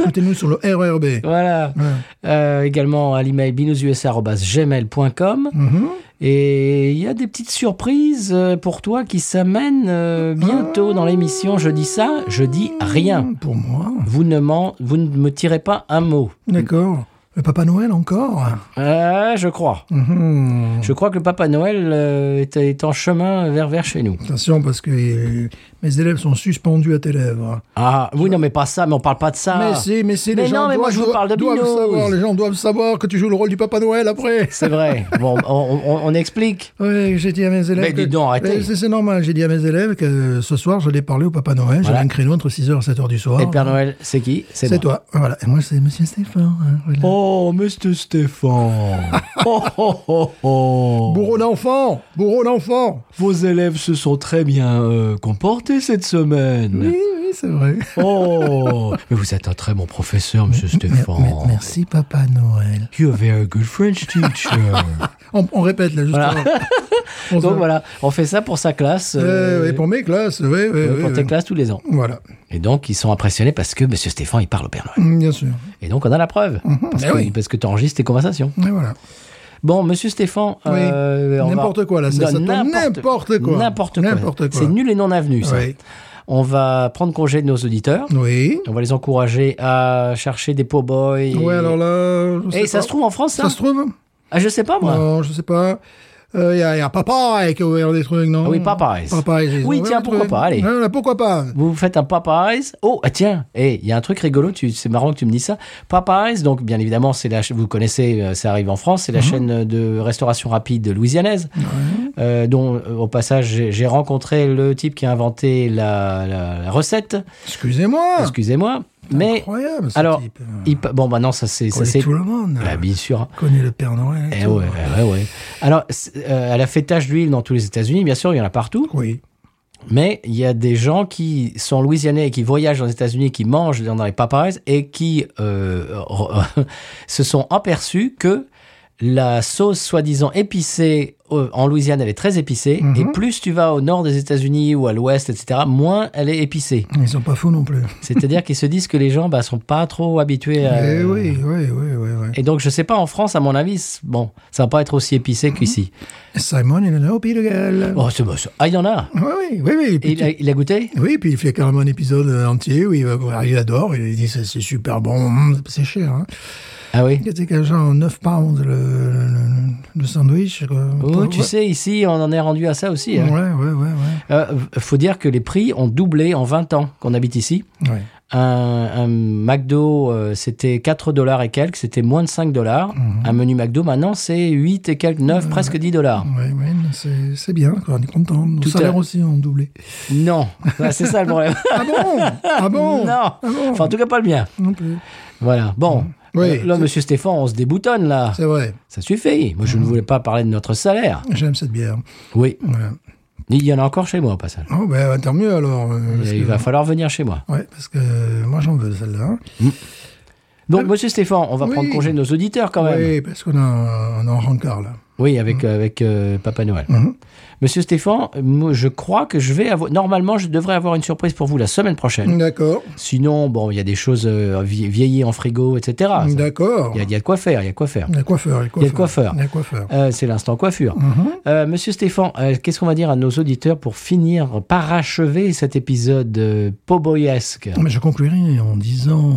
Speaker 2: Écoutez-nous sur le RERB.
Speaker 1: Voilà. Euh, également à l'email binoususa.gmail.com.
Speaker 2: Mhm.
Speaker 1: Et il y a des petites surprises euh, pour toi qui s'amènent euh, bientôt dans l'émission. Je dis ça, je dis rien.
Speaker 2: Pour moi.
Speaker 1: Vous ne, m'en- vous ne me tirez pas un mot.
Speaker 2: D'accord. Le Papa Noël encore
Speaker 1: Euh, je crois.
Speaker 5: Hmm.
Speaker 2: Mhm.
Speaker 1: Je crois que le Papa Noël euh, est, est en chemin vers, vers chez nous.
Speaker 2: Attention, parce que euh, mes élèves sont suspendus à tes lèvres.
Speaker 1: Ah, oui, non, mais pas ça, mais on parle pas de ça.
Speaker 2: Mais si, mais si, les
Speaker 1: Ah. Mais
Speaker 2: gens
Speaker 1: non, mais
Speaker 2: doivent,
Speaker 1: moi, je vous
Speaker 2: doivent-
Speaker 1: parle de
Speaker 2: doivent
Speaker 1: Binous.
Speaker 2: savoir, les gens doivent savoir que tu joues le rôle du Papa Noël après.
Speaker 1: C'est vrai. Bon, on, on- on explique.
Speaker 2: Oui, j'ai dit à mes élèves.
Speaker 1: Mais dis
Speaker 2: que-
Speaker 1: donc, arrêtez.
Speaker 2: Mais C'est c'est normal, j'ai dit à mes élèves que euh, ce soir, j'allais parler au Papa Noël. J'avais
Speaker 1: Voilà.
Speaker 2: un créneau entre 6h et 7h du soir.
Speaker 1: Et le Père
Speaker 5: Oh.
Speaker 1: Noël, c'est qui
Speaker 2: C'est
Speaker 1: moi.
Speaker 2: toi. Voilà. Et moi, c'est Monsieur Stéphane. hein, voilà.
Speaker 5: Oh, Mr.
Speaker 1: (laughs)
Speaker 5: Stéphane oh, oh, oh, oh.
Speaker 2: Bourreau d'enfants Bourreau d'enfants
Speaker 5: Vos élèves se sont très bien euh, comportés cette semaine.
Speaker 2: Oui, oui, c'est vrai.
Speaker 5: Oh Mais vous êtes un très bon professeur,
Speaker 1: (laughs)
Speaker 5: Monsieur Stéphane.
Speaker 2: Mer- Merci, Papa Noël.
Speaker 5: You're a very good French teacher.
Speaker 1: (laughs)
Speaker 2: On, on répète, là, justement. On se-
Speaker 1: Donc voilà, on fait ça pour sa classe.
Speaker 2: Euh,
Speaker 1: euh,
Speaker 2: oui, pour mes classes, oui, oui,
Speaker 1: euh,
Speaker 2: oui,
Speaker 1: pour
Speaker 2: oui.
Speaker 1: tes classes tous les ans.
Speaker 2: Voilà,
Speaker 1: Et donc, ils sont impressionnés parce que Monsieur Stéphane, il parle au Père Noël.
Speaker 2: Mm, bien sûr.
Speaker 1: Et donc, on a la preuve. Parce
Speaker 2: Eh
Speaker 1: que,
Speaker 2: oui.
Speaker 1: tu enregistres tes conversations.
Speaker 2: Et voilà.
Speaker 1: Bon, Monsieur Stéphane. euh,
Speaker 2: Oui.
Speaker 1: on va-
Speaker 2: N'importe quoi, là, ça-
Speaker 1: Non,
Speaker 2: ça tombe n'importe quoi.
Speaker 1: N'importe quoi.
Speaker 2: N'importe quoi.
Speaker 1: C'est nul et non avenu, ça.
Speaker 2: Oui.
Speaker 1: On va prendre congé de nos auditeurs.
Speaker 2: Oui.
Speaker 1: On va les encourager à chercher des po boys.
Speaker 2: Ouais, alors là. je sais
Speaker 1: Et Eh, ça
Speaker 2: pas.
Speaker 1: se trouve en France, ça,
Speaker 2: Ça se Euh, trouve
Speaker 1: Ah, Je sais pas, moi.
Speaker 2: Non, je sais pas. Il y, a- euh, y a Popeye qui a ouvert des trucs, non
Speaker 1: Ah oui, Popeyes.
Speaker 2: Popeyes, ils ont
Speaker 1: Oui,
Speaker 2: ouvert
Speaker 1: tiens,
Speaker 2: des
Speaker 1: pourquoi
Speaker 2: trucs.
Speaker 1: pas, allez.
Speaker 2: Ouais, voilà, pourquoi pas
Speaker 1: Vous faites un Popeyes. Oh, ah, tiens, eh, il y a un truc rigolo, tu, c'est marrant que tu me dis ça. Popeyes, donc bien évidemment, c'est la, cha- vous connaissez, euh, ça arrive en France, c'est la chaîne de restauration rapide louisianaise, euh, dont euh, au passage j'ai, j'ai rencontré le type qui a inventé la, la- la recette,
Speaker 2: Excusez-moi
Speaker 1: excusez-moi. Mais
Speaker 2: Ah. Incroyable, ce
Speaker 1: alors,
Speaker 2: type.
Speaker 1: il pa- bon, maintenant, ça c'est.
Speaker 2: Il
Speaker 1: ça,
Speaker 2: connaît
Speaker 1: c'est-
Speaker 2: tout le monde.
Speaker 1: Bah, bien sûr.
Speaker 2: Il connaît le Père Noël. et
Speaker 1: Eh
Speaker 2: tout.
Speaker 1: ouais, ouais, ouais. Alors, c'est- euh, elle a fait tache d'huile dans tous les États-Unis, bien sûr, il y en a partout.
Speaker 2: Oui.
Speaker 1: Mais il y a des gens qui sont louisianais et qui voyagent aux États-Unis, qui mangent dans les Popeyes et qui euh, (laughs) se sont aperçus que la sauce soi-disant épicée euh, en Louisiane, elle est très épicée.
Speaker 2: Mhm.
Speaker 1: Et plus tu vas au nord des États-Unis ou à l'ouest, etc., moins elle est
Speaker 2: (laughs)
Speaker 1: épicée.
Speaker 2: Ils sont pas fous non plus.
Speaker 1: C'est-à-dire qu'ils se disent que les gens bah, sont pas trop habitués à.
Speaker 2: Eh oui, oui, oui, oui, oui.
Speaker 1: Et donc, je sais pas, en France, à mon avis, c'est- bon, ça va pas être aussi
Speaker 2: Mhm.
Speaker 1: épicé qu'ici.
Speaker 2: Simon, il est là au pied de gueule.
Speaker 1: Oh, c'est bon, ça. Ah, il y en a
Speaker 2: Oui, oui, oui. oui.
Speaker 1: Et
Speaker 2: Puis
Speaker 1: il a, il a goûté
Speaker 2: Oui, puis il fait carrément un épisode euh, entier où il, va- il adore, il dit c'est c'est super bon, mm, c'est cher. Hein.
Speaker 1: Ah oui
Speaker 2: C'était quel genre 9 pounds le, le- le- le sandwich quoi.
Speaker 1: Oh,
Speaker 2: Ouais.
Speaker 1: tu sais, ici, on en est rendu à ça aussi.
Speaker 2: Ouais,
Speaker 1: hein.
Speaker 2: ouais, ouais, ouais.
Speaker 1: Euh, faut dire que les prix ont doublé en 20 ans qu'on habite ici.
Speaker 2: ouais.
Speaker 1: Un, un McDo, euh, c'était 4 dollars et quelques, c'était moins de 5 dollars.
Speaker 2: Mhm.
Speaker 1: Un menu McDo, maintenant, c'est 8 et quelques, 9, presque 10 dollars.
Speaker 2: Ouais, ouais, mais c'est c'est bien, quoi, on est content. Nos
Speaker 1: Tout à-
Speaker 2: salaires aussi ont doublé. (laughs)
Speaker 1: Non, Ah, c'est ça le problème.
Speaker 2: Ah bon Ah
Speaker 1: (laughs)
Speaker 2: bon
Speaker 1: non,
Speaker 2: Ah bon
Speaker 1: enfin, en tout cas, pas le bien.
Speaker 2: Non plus.
Speaker 1: Voilà, bon.
Speaker 2: Oui,
Speaker 1: Euh, là,
Speaker 2: c'est-
Speaker 1: monsieur Stéphane, on se déboutonne, là.
Speaker 2: C'est vrai,
Speaker 1: Ça suffit. Moi, je ne voulais pas parler de notre salaire.
Speaker 2: j'aime cette bière.
Speaker 1: Oui,
Speaker 2: Voilà.
Speaker 1: il y en a encore chez moi, au passage.
Speaker 2: Oh, ben tant mieux alors. euh, parce
Speaker 1: Il
Speaker 2: que-
Speaker 1: va falloir venir chez moi.
Speaker 2: Ouais, parce que moi j'en veux celle-là. hein.
Speaker 1: Donc, monsieur Stéphane, on va
Speaker 2: Euh, Oui.
Speaker 1: prendre congé de nos auditeurs quand même.
Speaker 2: Oui, parce qu'on a, on a un rencard là.
Speaker 1: Oui, avec, euh, avec euh, Papa Noël. Monsieur Stéphane, euh, moi, je crois que je vais avoir. Normalement, je devrais avoir une surprise pour vous la semaine
Speaker 2: Mhm.
Speaker 1: prochaine.
Speaker 2: D'accord,
Speaker 1: Sinon, bon, il y a des choses euh, vie- vieillies en frigo, etc. Ah, Ça, Il
Speaker 2: d'accord.
Speaker 1: y, a- il y a de quoi faire, il y a de quoi faire.
Speaker 2: Il y a le coiffeur.
Speaker 1: Il y a le coiffeur.
Speaker 2: Il y a le coiffeur.
Speaker 1: Euh, c'est l'instant coiffure. Euh, Monsieur Stéphane, euh, qu'est-ce qu'on va dire à nos auditeurs pour finir, parachever cet épisode euh, poboyesque
Speaker 2: Mais je conclurai en disant.